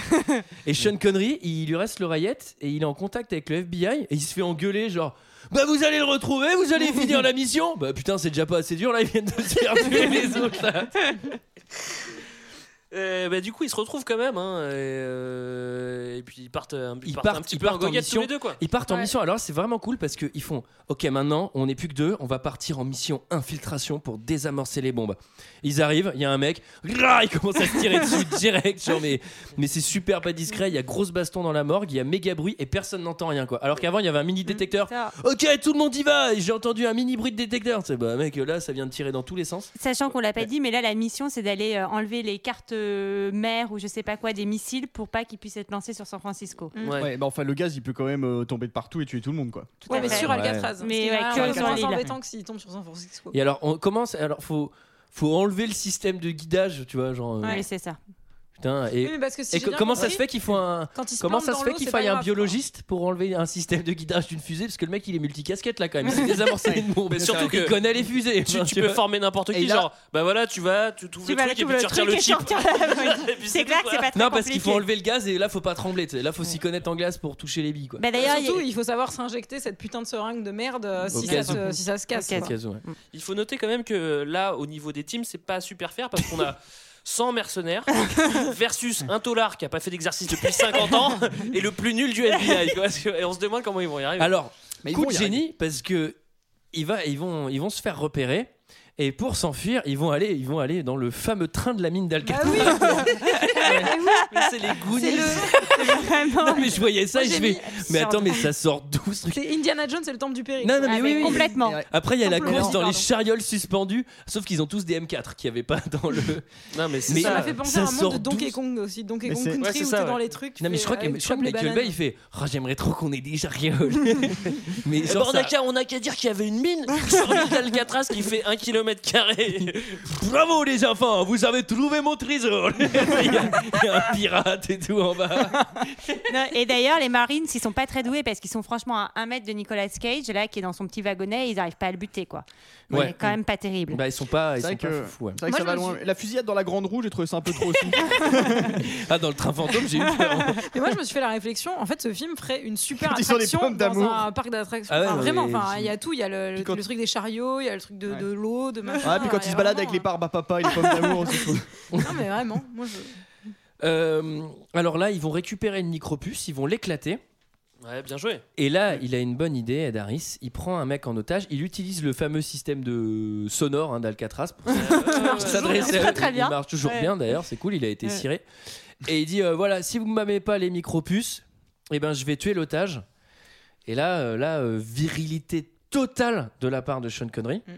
A: et Sean Connery, il lui reste l'oreillette et il est en contact avec le FBI et il se fait engueuler, genre Bah, vous allez le retrouver, vous allez finir la mission. Bah, putain, c'est déjà pas assez dur, là, ils viennent de se faire tuer les autres, là.
D: Euh, bah, du coup, ils se retrouvent quand même. hein, et, euh, et puis ils partent, un- ils
A: ils
D: partent,
A: partent,
D: un petit
A: ils
D: peu en
A: partent en
D: goguette tous
A: mission.
D: les deux. Quoi.
A: Ils partent en mission. Alors c'est vraiment cool parce qu'ils font. Ok, maintenant on n'est plus que deux. On va partir en mission infiltration pour désamorcer les bombes. Ils arrivent. Il y a un mec. grrr, il commence à se tirer dessus direct. Genre, mais mais c'est super pas discret. Il y a grosse baston dans la morgue. Il y a méga bruit et personne n'entend rien quoi. Alors qu'avant il y avait un
F: Mm,
A: mini détecteur. Ok, tout le monde y va. Et J'ai entendu un mini bruit de détecteur. C'est bah mec là ça vient de tirer dans tous les sens.
N: Sachant qu'on l'a pas dit, mais là la mission c'est d'aller euh, enlever les cartes euh, mères ou je sais pas quoi des missiles pour pas qu'ils puissent être lancés sur San Francisco.
G: Ouais. bah enfin, le gaz, il peut quand même euh, tomber de partout et tuer tout le monde, quoi.
N: Ouais, à mais fait.
F: Sur Alcatraz. hein,
N: Mais ouais, que
F: c'est
N: sur l'île.
F: embêtant que s'il tombe sur San Francisco.
A: Et alors on commence. Alors faut faut enlever le système de guidage. Tu vois genre. euh,
N: Ouais, c'est ça.
A: Putain,
F: Oui,
A: et,
F: mais parce que si
A: et
F: j'ai
A: co-
F: bien
A: comment ça
F: compris,
A: se fait qu'il faut un
F: quand ils se
A: comment
F: plantent
A: ça se
F: dans
A: fait
F: l'eau,
A: qu'il
F: c'est
A: faille
F: pas
A: un
F: grave,
A: biologiste pour enlever un système de guidage d'une fusée parce que le mec il est multicasquette là quand même il s'est désamorcé d'une bombe
D: Mais surtout
A: il
D: que
A: connaît les fusées
D: Tu,
A: enfin,
D: tu
A: tu
D: peux
A: vois.
D: former n'importe
A: Et
D: qui,
A: là-
D: genre, bah voilà, tu vas, tu trouves le
N: vas
D: truc et
N: trouver
D: puis tu retires le chip.
N: C'est clair que c'est pas très
A: non parce qu'il faut
N: compliqué.
A: enlever le gaz et là faut pas trembler tu sais. là faut s'y connaître en glace pour toucher les billes quoi
N: Bah, d'ailleurs,
F: surtout, il faut savoir s'injecter cette putain de seringue de merde euh,
A: Au
F: si,
A: cas
F: ça se,
A: où.
F: si ça se casse.
A: Au
F: quoi.
A: cas où, ouais.
D: Il faut noter quand même que là, au niveau des teams, c'est pas super faire parce qu'on a 100 mercenaires versus un tolard qui a pas fait d'exercice depuis 50 ans et le plus nul du FBI. quoi. Et on se demande comment ils vont y arriver.
A: alors coup
D: vont
A: de
D: y
A: génie parce que il va- ils vont ils vont se faire repérer et pour s'enfuir ils vont aller ils vont aller dans le fameux train de la mine
F: Ah
A: d'Alcatraz
F: Bah
D: Mais c'est les
A: Goonies. non mais je voyais ça et je vais mais attends mais ça sort d'où ce truc
F: C'est Indiana Jones, c'est le temple du péril.
A: Non, non, mais oui, oui.
F: complètement.
A: Après, il y a la
F: Complètement.
A: course dans les
F: Pardon.
A: charioles suspendues, sauf qu'ils ont tous des M4 qu'il n'y avait pas dans le.
D: Non, mais
F: ça m'a fait penser à un monde de Donkey Kong aussi. Donkey Kong Country où t'es dans les trucs. tu
A: Non, mais
F: fais,
A: je crois,
F: euh,
A: que,
F: une
A: je crois que
F: table de
A: Michael
F: bananes.
A: Bay, il fait Ah, J'aimerais trop qu'on ait des charioles. mais
D: Eh
A: genre,
D: ben, on,
A: ça-
D: a qu'à, on a qu'à dire qu'il y avait une mine sur l'île d'Alcatraz qui fait 1 km carré.
A: Bravo les enfants, vous avez trouvé mon trésor. il, y a, il y a un pirate et tout en bas.
N: Non, et d'ailleurs, les Marines, ils sont pas très doués parce qu'ils sont franchement à un mètre de Nicolas Cage, là, qui est dans son petit wagonnet, ils arrivent pas à le buter, quoi.
A: Ouais.
N: C'est quand même pas terrible.
A: Bah, ils sont pas, ils
G: C'est
A: sont
G: vrai
A: pas
G: que-
A: foufous, ouais.
G: C'est vrai que ça va loin. La fusillade dans la Grande Roue, j'ai trouvé ça un peu trop aussi.
A: Ah, dans le train fantôme, j'ai eu peur.
F: Mais moi, je me suis fait la réflexion. En fait, ce film ferait une super
G: Ils sont des
F: attraction
G: pommes
F: dans
G: d'amour.
F: un parc d'attractions.
G: Ah ouais,
F: Enfin,
G: non,
F: vraiment,
G: mais
F: enfin,
G: c'est-
F: il y a tout. Il y a le, le- le truc des chariots, il y a le truc de, de l'eau, de
N: Ah,
F: machin.
G: Ouais, Ah, puis quand
F: il y
G: ils
F: a
G: se baladent avec les barbes à papa et les pommes d'amour aussi.
F: vraiment- Non, mais vraiment. Moi, je...
A: Euh, alors là, ils vont récupérer une micropuce, ils vont l'éclater.
D: Ouais, bien joué.
A: Et là, il a une bonne idée, Ed Harris. Il prend un mec en otage. Il utilise le fameux système de sonore hein, d'Alcatraz pour s'adresser. à
N: Très,
A: eux.
N: très bien.
A: Il marche toujours
N: Ouais.
A: bien d'ailleurs. C'est cool. Il a été
N: Ouais.
A: ciré. Et il dit euh, voilà, si vous ne m'avez pas les micropuces, eh ben je vais tuer l'otage. Et là, euh, là, euh, virilité totale de la part de Sean Connery.
N: Mm.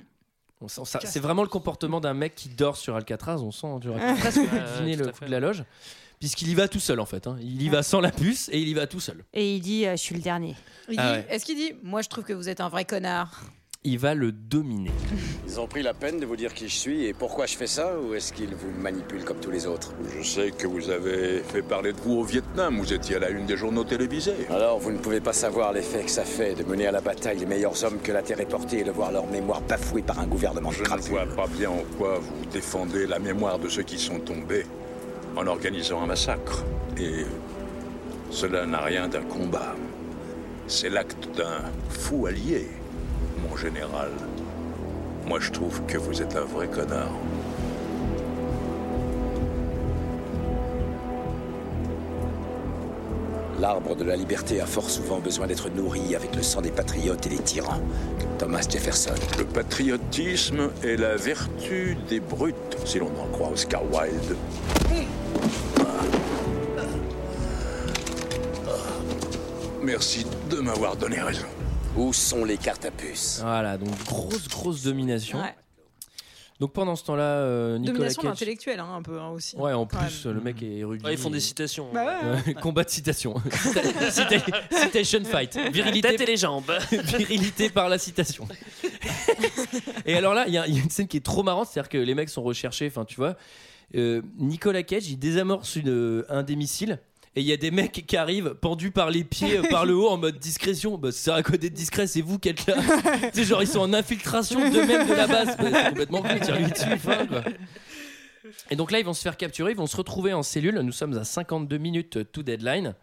A: On sent ça- c'est vraiment le comportement d'un mec qui dort sur Alcatraz. On sent, tu aurais presque pu
D: Ouais,
A: deviner
D: euh, tout
A: le
D: à
A: coup de la loge, puisqu'il y va tout seul en fait. hein. Il y va sans la puce et il y va tout seul.
N: Et il dit, euh, je suis le dernier.
F: Il
A: Ah
F: dit-
A: ouais.
F: Est-ce qu'il dit Moi, je trouve que vous êtes un vrai connard.
A: Il va le dominer.
B: Ils ont pris la peine de vous dire qui je suis et pourquoi je fais ça, ou est-ce qu'ils vous manipulent comme tous les autres
J: Je sais que vous avez fait parler de vous au Vietnam, vous étiez à la une des journaux télévisés.
B: Alors, vous ne pouvez pas savoir l'effet que ça fait de mener à la bataille les meilleurs hommes que la Terre ait portés et de voir leur mémoire bafouée par un gouvernement de
J: Je ne
B: crapule.
J: vois pas bien en quoi vous défendez la mémoire de ceux qui sont tombés en organisant un massacre. Et cela n'a rien d'un combat. C'est l'acte d'un fou allié, mon général. Moi, je trouve que vous êtes un vrai connard.
B: L'arbre de la liberté a fort souvent besoin d'être nourri avec le sang des patriotes et des tyrans. Thomas Jefferson.
J: Le patriotisme est la vertu des brutes, si l'on en croit Oscar Wilde. Ah. Ah. Merci de m'avoir donné raison.
B: Où sont les cartes à puce
A: Voilà, donc grosse, grosse domination.
F: Ouais.
A: Donc pendant ce temps-là, euh, Nicolas
F: Domination
A: Cage.
F: d'intellectuel, hein, un peu hein, aussi.
A: Ouais, en
F: Quand même.
A: plus, euh, le mec est érudit.
D: Ouais, ils font des citations.
F: Bah ouais, ouais.
A: Ouais, Combat de citation. Cita- cita- citation fight. Virilité.
D: La tête et les jambes.
A: Virilité par la citation. Et alors là, il y, a il y a une scène qui est trop marrante, c'est-à-dire que les mecs sont recherchés, enfin tu vois. Euh, Nicolas Cage, il désamorce une- euh, un des missiles. Et il y a des mecs qui arrivent pendus par les pieds, euh, par le haut, en mode discrétion. Bah, c'est à quoi d'être discret, c'est vous qui êtes là. c'est genre, ils sont en infiltration d'eux-mêmes de la base. Bah, c'est complètement con, tire-lui dessus. enfin, quoi. Et donc là, ils vont se faire capturer, ils vont se retrouver en cellule. Nous sommes à 52 minutes euh, to deadline.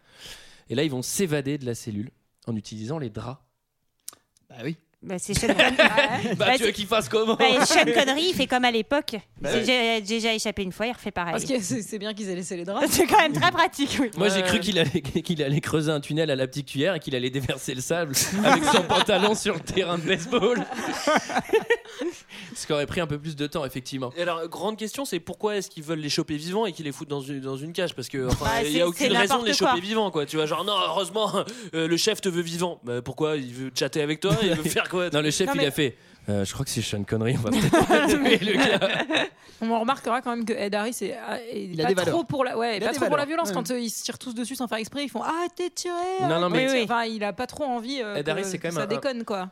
A: Et là, ils vont s'évader de la cellule en utilisant les draps.
G: Bah oui.
N: Bah, c'est Sean Connery.
D: Bah, tu veux qu'il fasse comment
N: Bah, Sean Connery, il fait comme à l'époque. Il
D: Bah
N: s'est
D: oui.
N: déjà- déjà échappé une fois, il refait
G: Ah,
N: pareil.
F: Parce que c'est c'est bien qu'ils aient laissé les draps.
N: C'est quand même très pratique, oui.
A: Moi, j'ai cru qu'il allait, qu'il allait creuser un tunnel à la petite cuillère et qu'il allait déverser le sable avec son pantalon sur le terrain de baseball. Ce qui aurait pris un peu plus de temps, effectivement.
D: Et alors, grande question, c'est pourquoi est-ce qu'ils veulent les choper vivants et qu'ils les foutent dans une, dans une cage Parce que enfin,
A: Ah,
D: il
A: c'est-
D: n'y a aucune
A: c'est
D: raison de les
A: n'importe quoi.
D: choper vivants, quoi. Tu vois, genre, non, heureusement, euh, le chef te veut vivant. Bah, pourquoi Il veut chatter avec toi Il veut faire quoi
A: Non, le chef,
F: Non,
A: il
F: mais-
A: a fait. euh, je crois que c'est Sean Connery, on va peut-être pas tuer le gars.
F: On remarquera quand même que Ed Harris est, ah, est
A: Il a des
F: pas
A: valeurs.
F: trop pour la, ouais,
A: Il a
F: pas
A: des
F: trop pour la
A: valeurs.
F: violence.
A: Ouais.
F: Quand euh, ils se tirent tous dessus sans faire exprès, ils font ah t'es tiré.
A: Non,
F: arrête
A: non, mais-
F: de
A: Oui,
F: tirer.
A: oui.
F: Enfin, il a pas trop envie. euh,
A: Ed
F: que-
A: Harris, c'est quand même
F: que ça
A: un-
F: déconne quoi.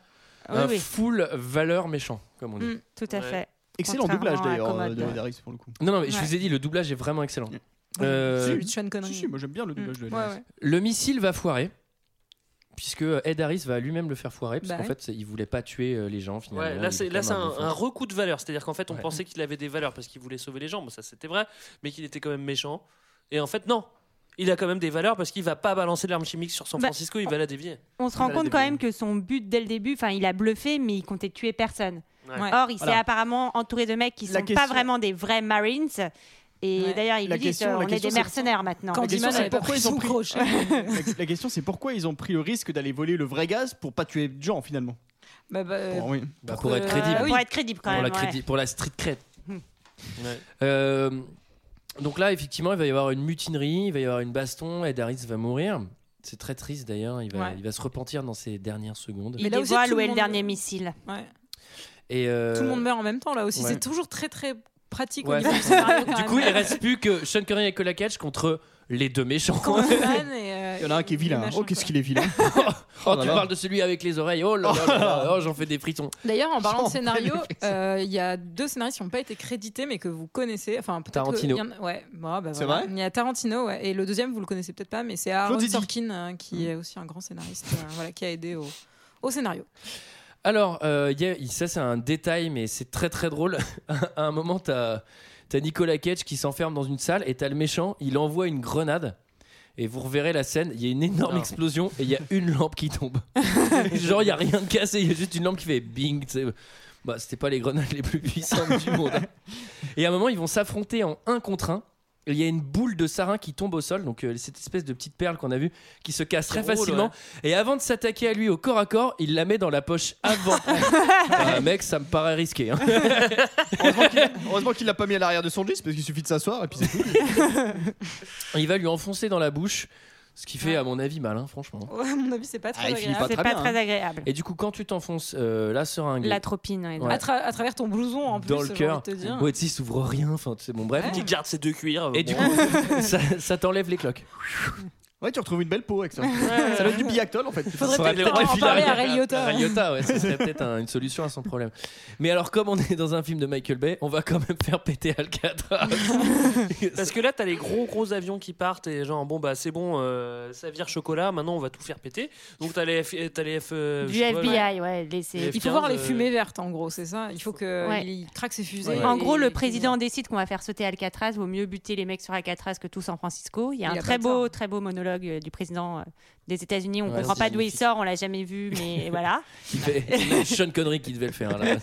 A: Un full valeur méchant, comme on dit.
F: Mm,
N: tout à fait.
G: Excellent
N: Contrairement
G: doublage
N: à
G: d'ailleurs euh,
N: Commode.
G: de Darix pour le coup.
A: Non, non, mais je
G: Ouais.
A: vous ai dit, le doublage est vraiment excellent.
G: Si,
F: Mm.
A: Euh,
G: si, Si, si, moi j'aime bien le doublage de
N: Mm.
F: Ouais,
G: Darix.
F: ouais.
A: Le missile va foirer. Puisque euh, Ed Harris va lui-même le faire foirer, parce
D: Bah
A: qu'en
D: ouais.
A: fait, c'est- il voulait pas tuer euh, les gens. Finalement,
D: Ouais,
A: Il
D: là,
A: est
D: c'est
A: quand
D: là,
A: même
D: c'est un,
A: bouffon.
D: un recoup de valeur. C'est-à-dire qu'en fait, on
A: Ouais.
D: pensait qu'il avait des valeurs parce qu'il voulait sauver les gens. Bon, ça, c'était vrai, mais qu'il était quand même méchant. Et en fait, non. Il a quand même des valeurs parce qu'il va pas balancer de l'arme chimique sur San
N: Bah,
D: Francisco. Il va la dévier.
N: On se
D: Il va
N: rend
D: la
N: compte quand
D: dévier.
N: même que son but dès le début, enfin, il a bluffé, mais il comptait tuer personne.
D: Ouais. Ouais.
N: Or, il s'est
D: Voilà.
N: apparemment entouré de mecs qui ne
F: La
N: sont pas
F: question-
N: vraiment des vrais Marines. Et d'ailleurs, ils
G: La
N: lui disent
G: question-
N: euh,
G: la
N: on est
G: question,
N: des
G: c'est-
N: mercenaires maintenant.
G: La question, c'est pourquoi ils ont pris-
F: crochet.
G: La- La question, c'est pourquoi ils ont pris le risque d'aller voler le vrai gaz pour pas tuer de gens finalement.
F: Bah, bah,
N: Euh,
G: Pour- oui.
A: Bah, pour être crédible.
N: Pour être crédible quand
A: Pour
N: même.
A: la, crédi-
N: ouais.
A: pour la street cred.
F: Hum.
A: Euh, donc là, effectivement, il va y avoir une mutinerie, il va y avoir une baston, Ed Harris va mourir. C'est très triste d'ailleurs, il, va-
N: Ouais.
A: il va se repentir dans ses dernières secondes.
N: Il
F: là aussi,
N: dévoile
F: tout
N: où
F: le
N: est le
F: monde-
N: dernier missile.
A: Et euh,
F: Tout le monde meurt en même temps là aussi.
A: ouais.
F: C'est toujours très très pratique. au
A: Ouais,
F: niveau
A: c'est-
F: du scénario, quand
A: du
F: même.
A: coup, il reste plus que Sean Connery et Cola Cage contre les deux méchants.
F: Conan et, euh,
G: Il y en a un qui est vilain. Oh, qu'est-ce qu'il est vilain.
A: Oh,
G: là
A: tu
G: là.
A: parles de celui avec les oreilles. Oh là là, là là, oh, j'en fais des fritons.
F: D'ailleurs, en parlant
A: J'en
F: de
A: fais
F: scénario,
A: des
F: euh, il y a deux scénaristes qui n'ont pas été crédités, mais que vous connaissez. Enfin, peut-être
A: Tarantino.
F: que- il y en a- ouais, bon, bah,
A: C'est
F: voilà.
A: vrai
F: Il y a Tarantino, ouais. et le deuxième, vous le connaissez peut-être pas, mais c'est Aaron
A: Claude Zidi.
F: Sorkin, hein,
A: Mm.
F: qui est aussi un grand scénariste, euh, voilà, qui a aidé au, au scénario.
A: Alors, euh, il y a- ça c'est un détail, mais c'est très très drôle. à un moment, t'as as Nicolas Cage qui s'enferme dans une salle et t'as le méchant, il envoie une grenade. Et vous reverrez la scène, il y a une énorme
D: Ah.
A: explosion et il y a une lampe qui tombe. Genre, il n'y a rien de cassé, il y a juste une lampe qui fait bing. tu sais. Bah, c'était pas les grenades les plus puissantes du monde. hein. Et à un moment, ils vont s'affronter en un contre un. Et Il y a une boule de sarin qui tombe au sol, donc euh, cette espèce de petite perle qu'on a vue, qui se casse très
D: Qui roule,
A: facilement. Et avant de s'attaquer à lui au corps à corps, il la met dans la poche avant. Bah, mec, ça me paraît risqué. hein.
G: Heureusement qu'il l'a pas mis à l'arrière de son jeans parce qu'il suffit de s'asseoir et puis c'est tout.
A: Il va lui enfoncer dans la bouche, ce qui fait, à mon avis, mal, hein, franchement.
F: Ouais, à mon avis, c'est pas
A: Ah,
F: très
A: il finit
F: agréable.
A: pas C'est très pas bien, très hein.
N: agréable.
A: Et du coup, quand tu t'enfonces euh, la seringue
N: La tropine. ouais.
A: Ouais.
F: À, tra- à travers ton blouson, en plus,
A: dans le
F: j'ai
A: cœur,
F: envie de te dire.
A: ouais, tu sais, il s'ouvre rien. Enfin, tu sais, bon, bref.
D: Qui garde ses deux cuirs.
A: Et
D: bon.
A: du coup, ça, ça t'enlève les cloques.
G: Ouais, tu retrouves une belle peau avec ça. ça donne du biactol en fait.
A: Ça serait
G: peut-être
A: peut-être
G: en
A: un film
G: parler à
A: d'arrière.
G: Ray Liotta.
A: euh, Ray Liotta, ouais, ce serait peut-être un- une solution à son problème. Mais alors, comme on est dans un film de Michael Bay, on va quand même faire péter Alcatraz.
D: Parce que là, t'as les gros gros avions qui partent et genre bon bah c'est bon, euh, ça vire chocolat. Maintenant, on va tout faire péter. Donc t'as les F, t'as les F euh, je
N: Du
D: sais pas,
N: FBI, ouais. les- c'est-
F: Il faut voir
A: euh,
F: les fumées vertes, en gros, c'est ça. Il faut que
N: Ouais.
F: il craque ses fusées.
N: En
F: et-
N: gros, le président décide qu'on va faire sauter Alcatraz. Vaut mieux buter les mecs sur Alcatraz que tout San Francisco. Il y a
F: Il
N: un
F: y a
N: très
F: pas de
N: beau, très beau monologue euh, du président euh, des États-Unis. On
A: Ouais,
N: comprend
A: c'est
N: pas d'où il sort, on l'a jamais vu, mais voilà.
A: Il fait- C'est Sean Connery qui devait le faire. Là.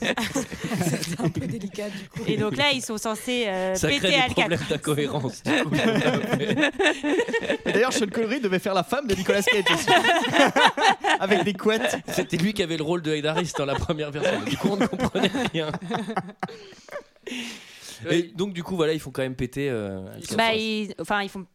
F: délicat du coup.
N: Et donc là, ils sont censés euh,
A: Ça crée
N: péter
A: des problèmes
N: Alcatraz.
A: d'incohérence. du coup.
G: Et D'ailleurs, Sean Connery devait faire la femme de Nicolas Cage aussi. Avec des couettes.
A: C'était lui qui avait le rôle de Ed Harris dans la première version. Du coup, on ne comprenait rien. Et donc, du coup, voilà, ils font quand même péter. euh, Alcatraz.
N: Bah, ils- enfin, ils font.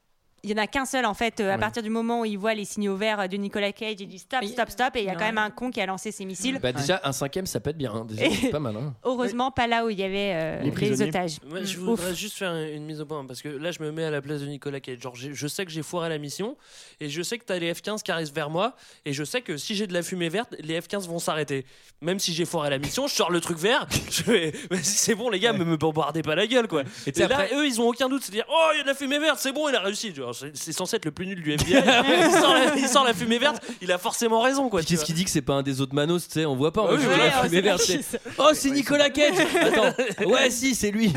N: Il y en a qu'un seul en fait. euh, À
A: Ouais.
N: partir du moment où il voit les signaux verts euh, de Nicolas Cage, il dit stop, stop, stop, et il y a quand
F: Ouais.
N: même un con qui a lancé ses missiles.
A: Bah, déjà, un cinquième, ça pète bien. hein. Déjà,
N: Et-
A: c'est pas mal. hein.
N: Heureusement, pas là où il y avait euh,
A: Les
N: les,
A: prisonniers.
N: otages.
D: Ouais, je
N: Ouf.
D: voudrais juste faire une, une mise au point parce que là, je me mets à la place de Nicolas Cage. Genre, j'ai- je sais que j'ai foiré la mission et je sais que t'as les F-15 qui arrivent vers moi et je sais que si j'ai de la fumée verte, les F-15 vont s'arrêter. Même si j'ai foiré la mission, je sors le truc vert. Je vais, vas-y, c'est bon, les gars, me me bombardez pas la gueule, quoi.
A: Et
D: Et,
A: tu sais,
D: là,
A: après-
D: eux, ils ont aucun doute, c'est dire, oh, il y a de la fumée verte, c'est bon, il a réussi. Genre, C'est c'est censé être le plus nul du FBI.
A: Ah
D: il, sort la, il sort la fumée verte, il a forcément raison, quoi. tu
A: Qu'est-ce qu'il dit que c'est pas un des autres Manos, tu sais, on voit pas. on
D: Ouais,
A: voit
D: ouais,
A: la fumée
D: ouais, c'est
A: verte,
D: qui,
A: c'est- Oh, c'est Nicolas Cage Attends, ouais, si, c'est lui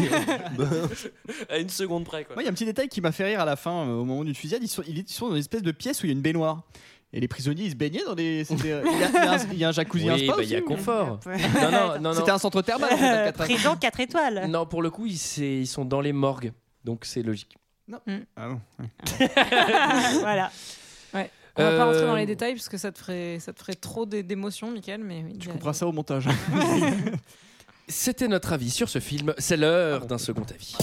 D: vois. à une seconde près, quoi.
G: Moi, il y a un petit détail qui m'a fait rire à la fin, euh, au moment d'une fusillade. Ils sont, ils sont dans une espèce de pièce où il y a une baignoire. Et les prisonniers, ils se baignaient dans des. c'était- Il y a- il y, a un- il y a un jacuzzi,
A: Oui,
G: un spa
A: bah, il y a
G: aussi, ou-
A: confort. Non, non, non, non.
G: C'était un centre thermal. en fait, à quatre-
N: Prison 4 étoiles.
A: Non, pour le coup, ils, c'est- ils sont dans les morgues, donc c'est logique.
G: Ah non.
N: voilà.
F: Ouais. On va pas
A: Euh,
F: rentrer dans les détails parce que ça te ferait, ça te ferait trop d'é- d'émotions, Michael. Mais oui,
G: Tu couperas ça au montage.
A: C'était notre avis sur ce film. C'est l'heure d'un second avis.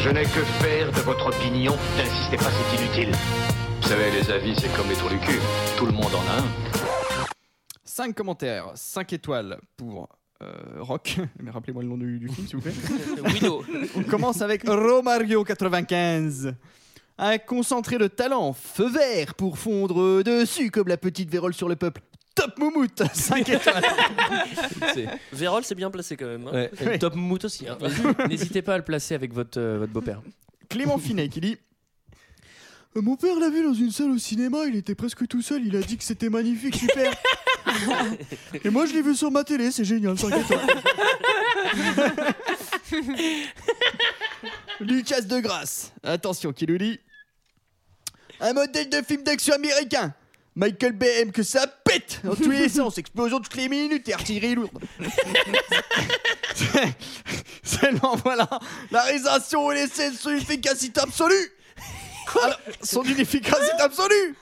P: Je n'ai que faire de votre opinion. N'insistez pas, c'est inutile. Vous savez, les avis, c'est comme les trous du cul. Tout le monde en a un.
G: 5 commentaires, 5 étoiles pour euh, Rock. Mais rappelez-moi le nom du, du film, s'il vous plaît.
D: Widow.
G: On commence avec Romario95. Un concentré de talent, feu vert pour fondre dessus comme la petite vérole sur le peuple. Top moumoute, 5 étoiles.
D: Vérol, c'est bien placé quand même. hein.
A: Ouais, et Top Mout aussi. hein. N'hésitez pas à le placer avec votre, euh, votre beau-père.
G: Clément Finet qui dit Euh, Mon père l'a vu dans une salle au cinéma, il était presque tout seul, il a dit que c'était magnifique, super. Et moi je l'ai vu sur ma télé, c'est génial, 5 étoiles. Lucas de Grasse, attention, qui nous dit Un modèle de film d'action américain Michael Bay aime que ça pète dans tous les sens, explosion de toutes les minutes et artillerie lourde. Seulement voilà, la réalisation et les scènes sont une efficacité absolue. Alors, sont d'une efficacité absolue.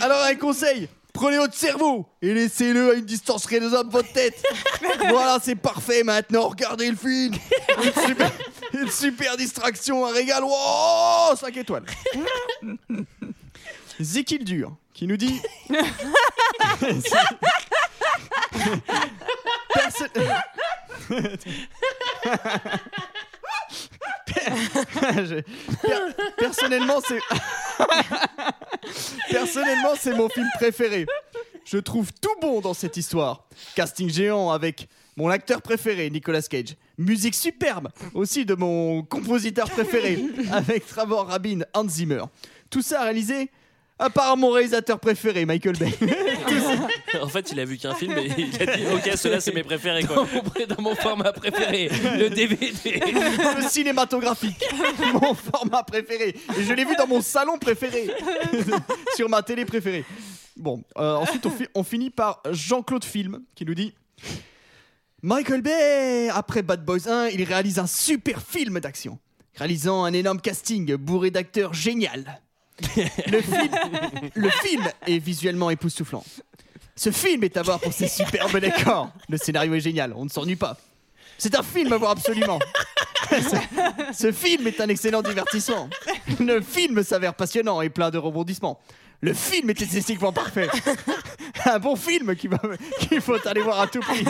G: Alors un conseil, prenez votre cerveau et laissez-le à une distance raisonnable de votre tête. Voilà, c'est parfait maintenant, regardez le film. Une super, une super distraction, un régal. Wow, 5 étoiles. Zikil Dur qui nous dit Perso- Je- per- personnellement, c'est personnellement c'est mon film préféré. Je trouve tout bon dans cette histoire. Casting géant avec mon acteur préféré Nicolas Cage. Musique superbe aussi de mon compositeur préféré avec Trevor Rabin, Hans Zimmer. Tout ça réalisé à part mon réalisateur préféré Michael Bay.
D: en fait, il a vu qu'un film et il a dit Ok, ceux-là, c'est mes préférés. Quoi.
A: Dans mon format préféré, le DVD.
G: le cinématographique, mon format préféré. Et je l'ai vu dans mon salon préféré, sur ma télé préférée. Bon, euh, ensuite on, fi- on finit par Jean-Claude Film qui nous dit Michael Bay, après Bad Boys 1, il réalise un super film d'action, réalisant un énorme casting bourré d'acteurs génial. Le film, le film est visuellement époustouflant. Ce film est à voir pour ses superbes décors. Le scénario est génial, on ne s'ennuie pas. C'est un film à voir absolument. Ce- Ce film est un excellent divertissement. Le film s'avère passionnant et plein de rebondissements. Le film est esthétiquement parfait. Un bon film qui va- qu'il faut aller voir à tout prix.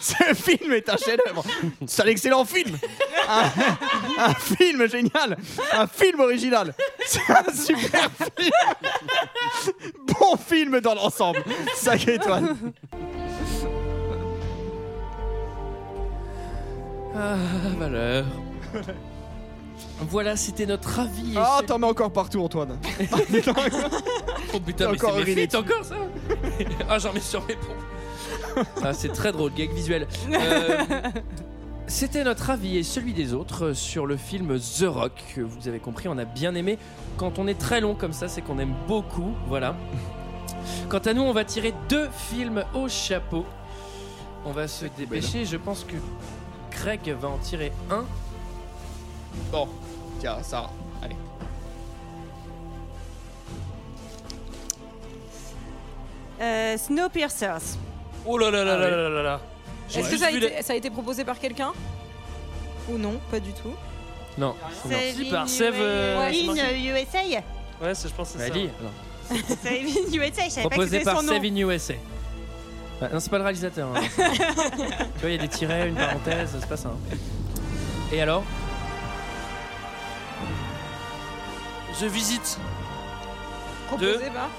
G: Ce film est un chef-d'œuvre. C'est un excellent film. Un, un film génial. Un film original. C'est un super film. Bon film dans l'ensemble. 5 étoiles.
A: Ah, valeur. Voilà, c'était notre avis.
G: Ah, t'en mets encore partout, Antoine.
A: Oh putain,
G: T'as
A: mais
G: encore
A: c'est mes
G: uriné
A: frites, encore ça Ah, j'en mets sur mes pompes. Ah, c'est très drôle, gag visuel. Euh, C'était notre avis et celui des autres sur le film The Rock. que Vous avez compris, on a bien aimé. Quand on est très long comme ça, c'est qu'on aime beaucoup. Voilà. Quant à nous, on va tirer deux films au chapeau. On va se dépêcher. Je pense que Greg va en tirer un.
G: Bon, tiens, Sarah, allez.
N: Euh, Snowpiercers.
D: Oh là là là
N: Ah
D: là
N: ouais.
D: là là là. J'ai
F: Est-ce que
D: juste
F: ça a,
D: vu
F: été, ça a été proposé par quelqu'un Ou non Pas du tout.
A: Non.
N: C'est
D: Si,
N: In
D: par Sève, euh,
N: Ouais, In
D: Martin.
N: USA.
D: la- Ouais, c'est- je pense que c'est ça.
A: Vas-y. alors.
N: C'est In USA,
G: Eh
N: je savais
G: ben,
N: pas que
A: Proposé
N: c'était
A: par
N: son nom.
A: Save in USA. Ah, non, c'est pas le réalisateur. hein. tu vois, il y a des tirets, une parenthèse, c'est pas ça. hein. Et alors
D: The Visit.
F: Proposé bah.
D: De-
F: par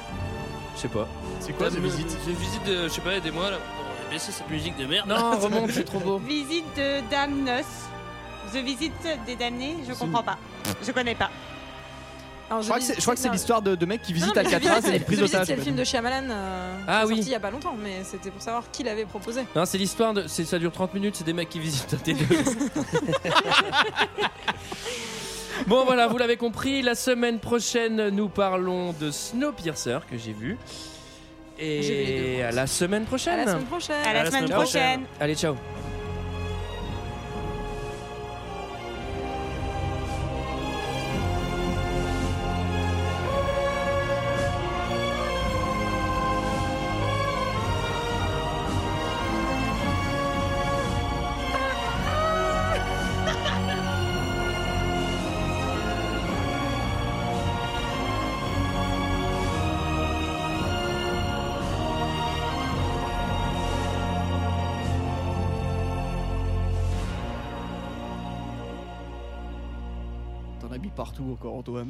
A: Je sais pas.
G: C'est
D: quoi The Visit The Visit, de- je sais pas, aidez-moi là. On va baisser cette musique de merde.
A: Non, remonte, c'est trop beau.
N: Visite de Damnos. The Visite des Damnés, je comprends pas. Je connais pas.
G: Je crois que c'est- je crois que c'est l'histoire de, de mecs qui visitent
F: Non, non, mais
G: Alcatraz
F: The
G: et les
F: Visit,
G: prises
F: The Visit,
G: d'otages.
F: C'est le film de Shyamalan. euh,
A: Ah
F: qui est
A: oui.
F: Sorti il y a pas longtemps, mais c'était pour savoir qui l'avait proposé.
A: Non, c'est l'histoire de. c'est- Ça dure 30 minutes, c'est des mecs qui visitent un T2. Bon voilà, vous l'avez compris, la semaine prochaine nous parlons de Snowpiercer que j'ai vu.
F: J'ai vu les
A: Et
F: deux,
A: à la semaine prochaine.
F: À la semaine prochaine. À la semaine prochaine.
A: Allez, ciao.
G: T'en as mis partout encore, Antoine.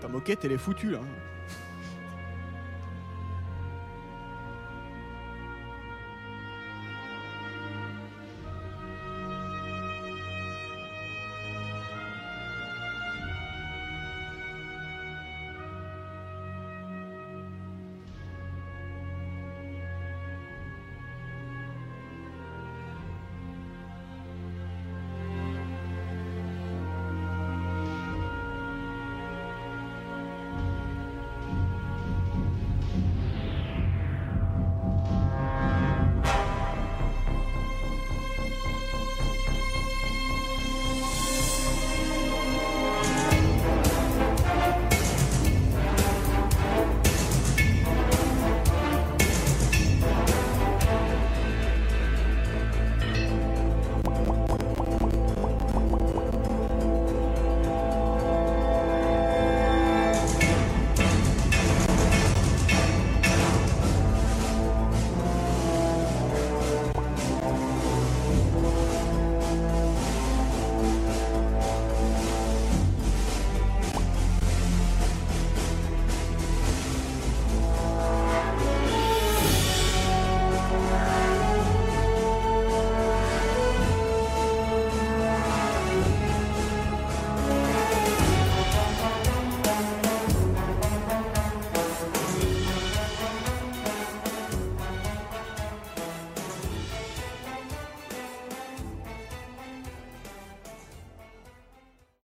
G: Ta moquette, elle est foutue là.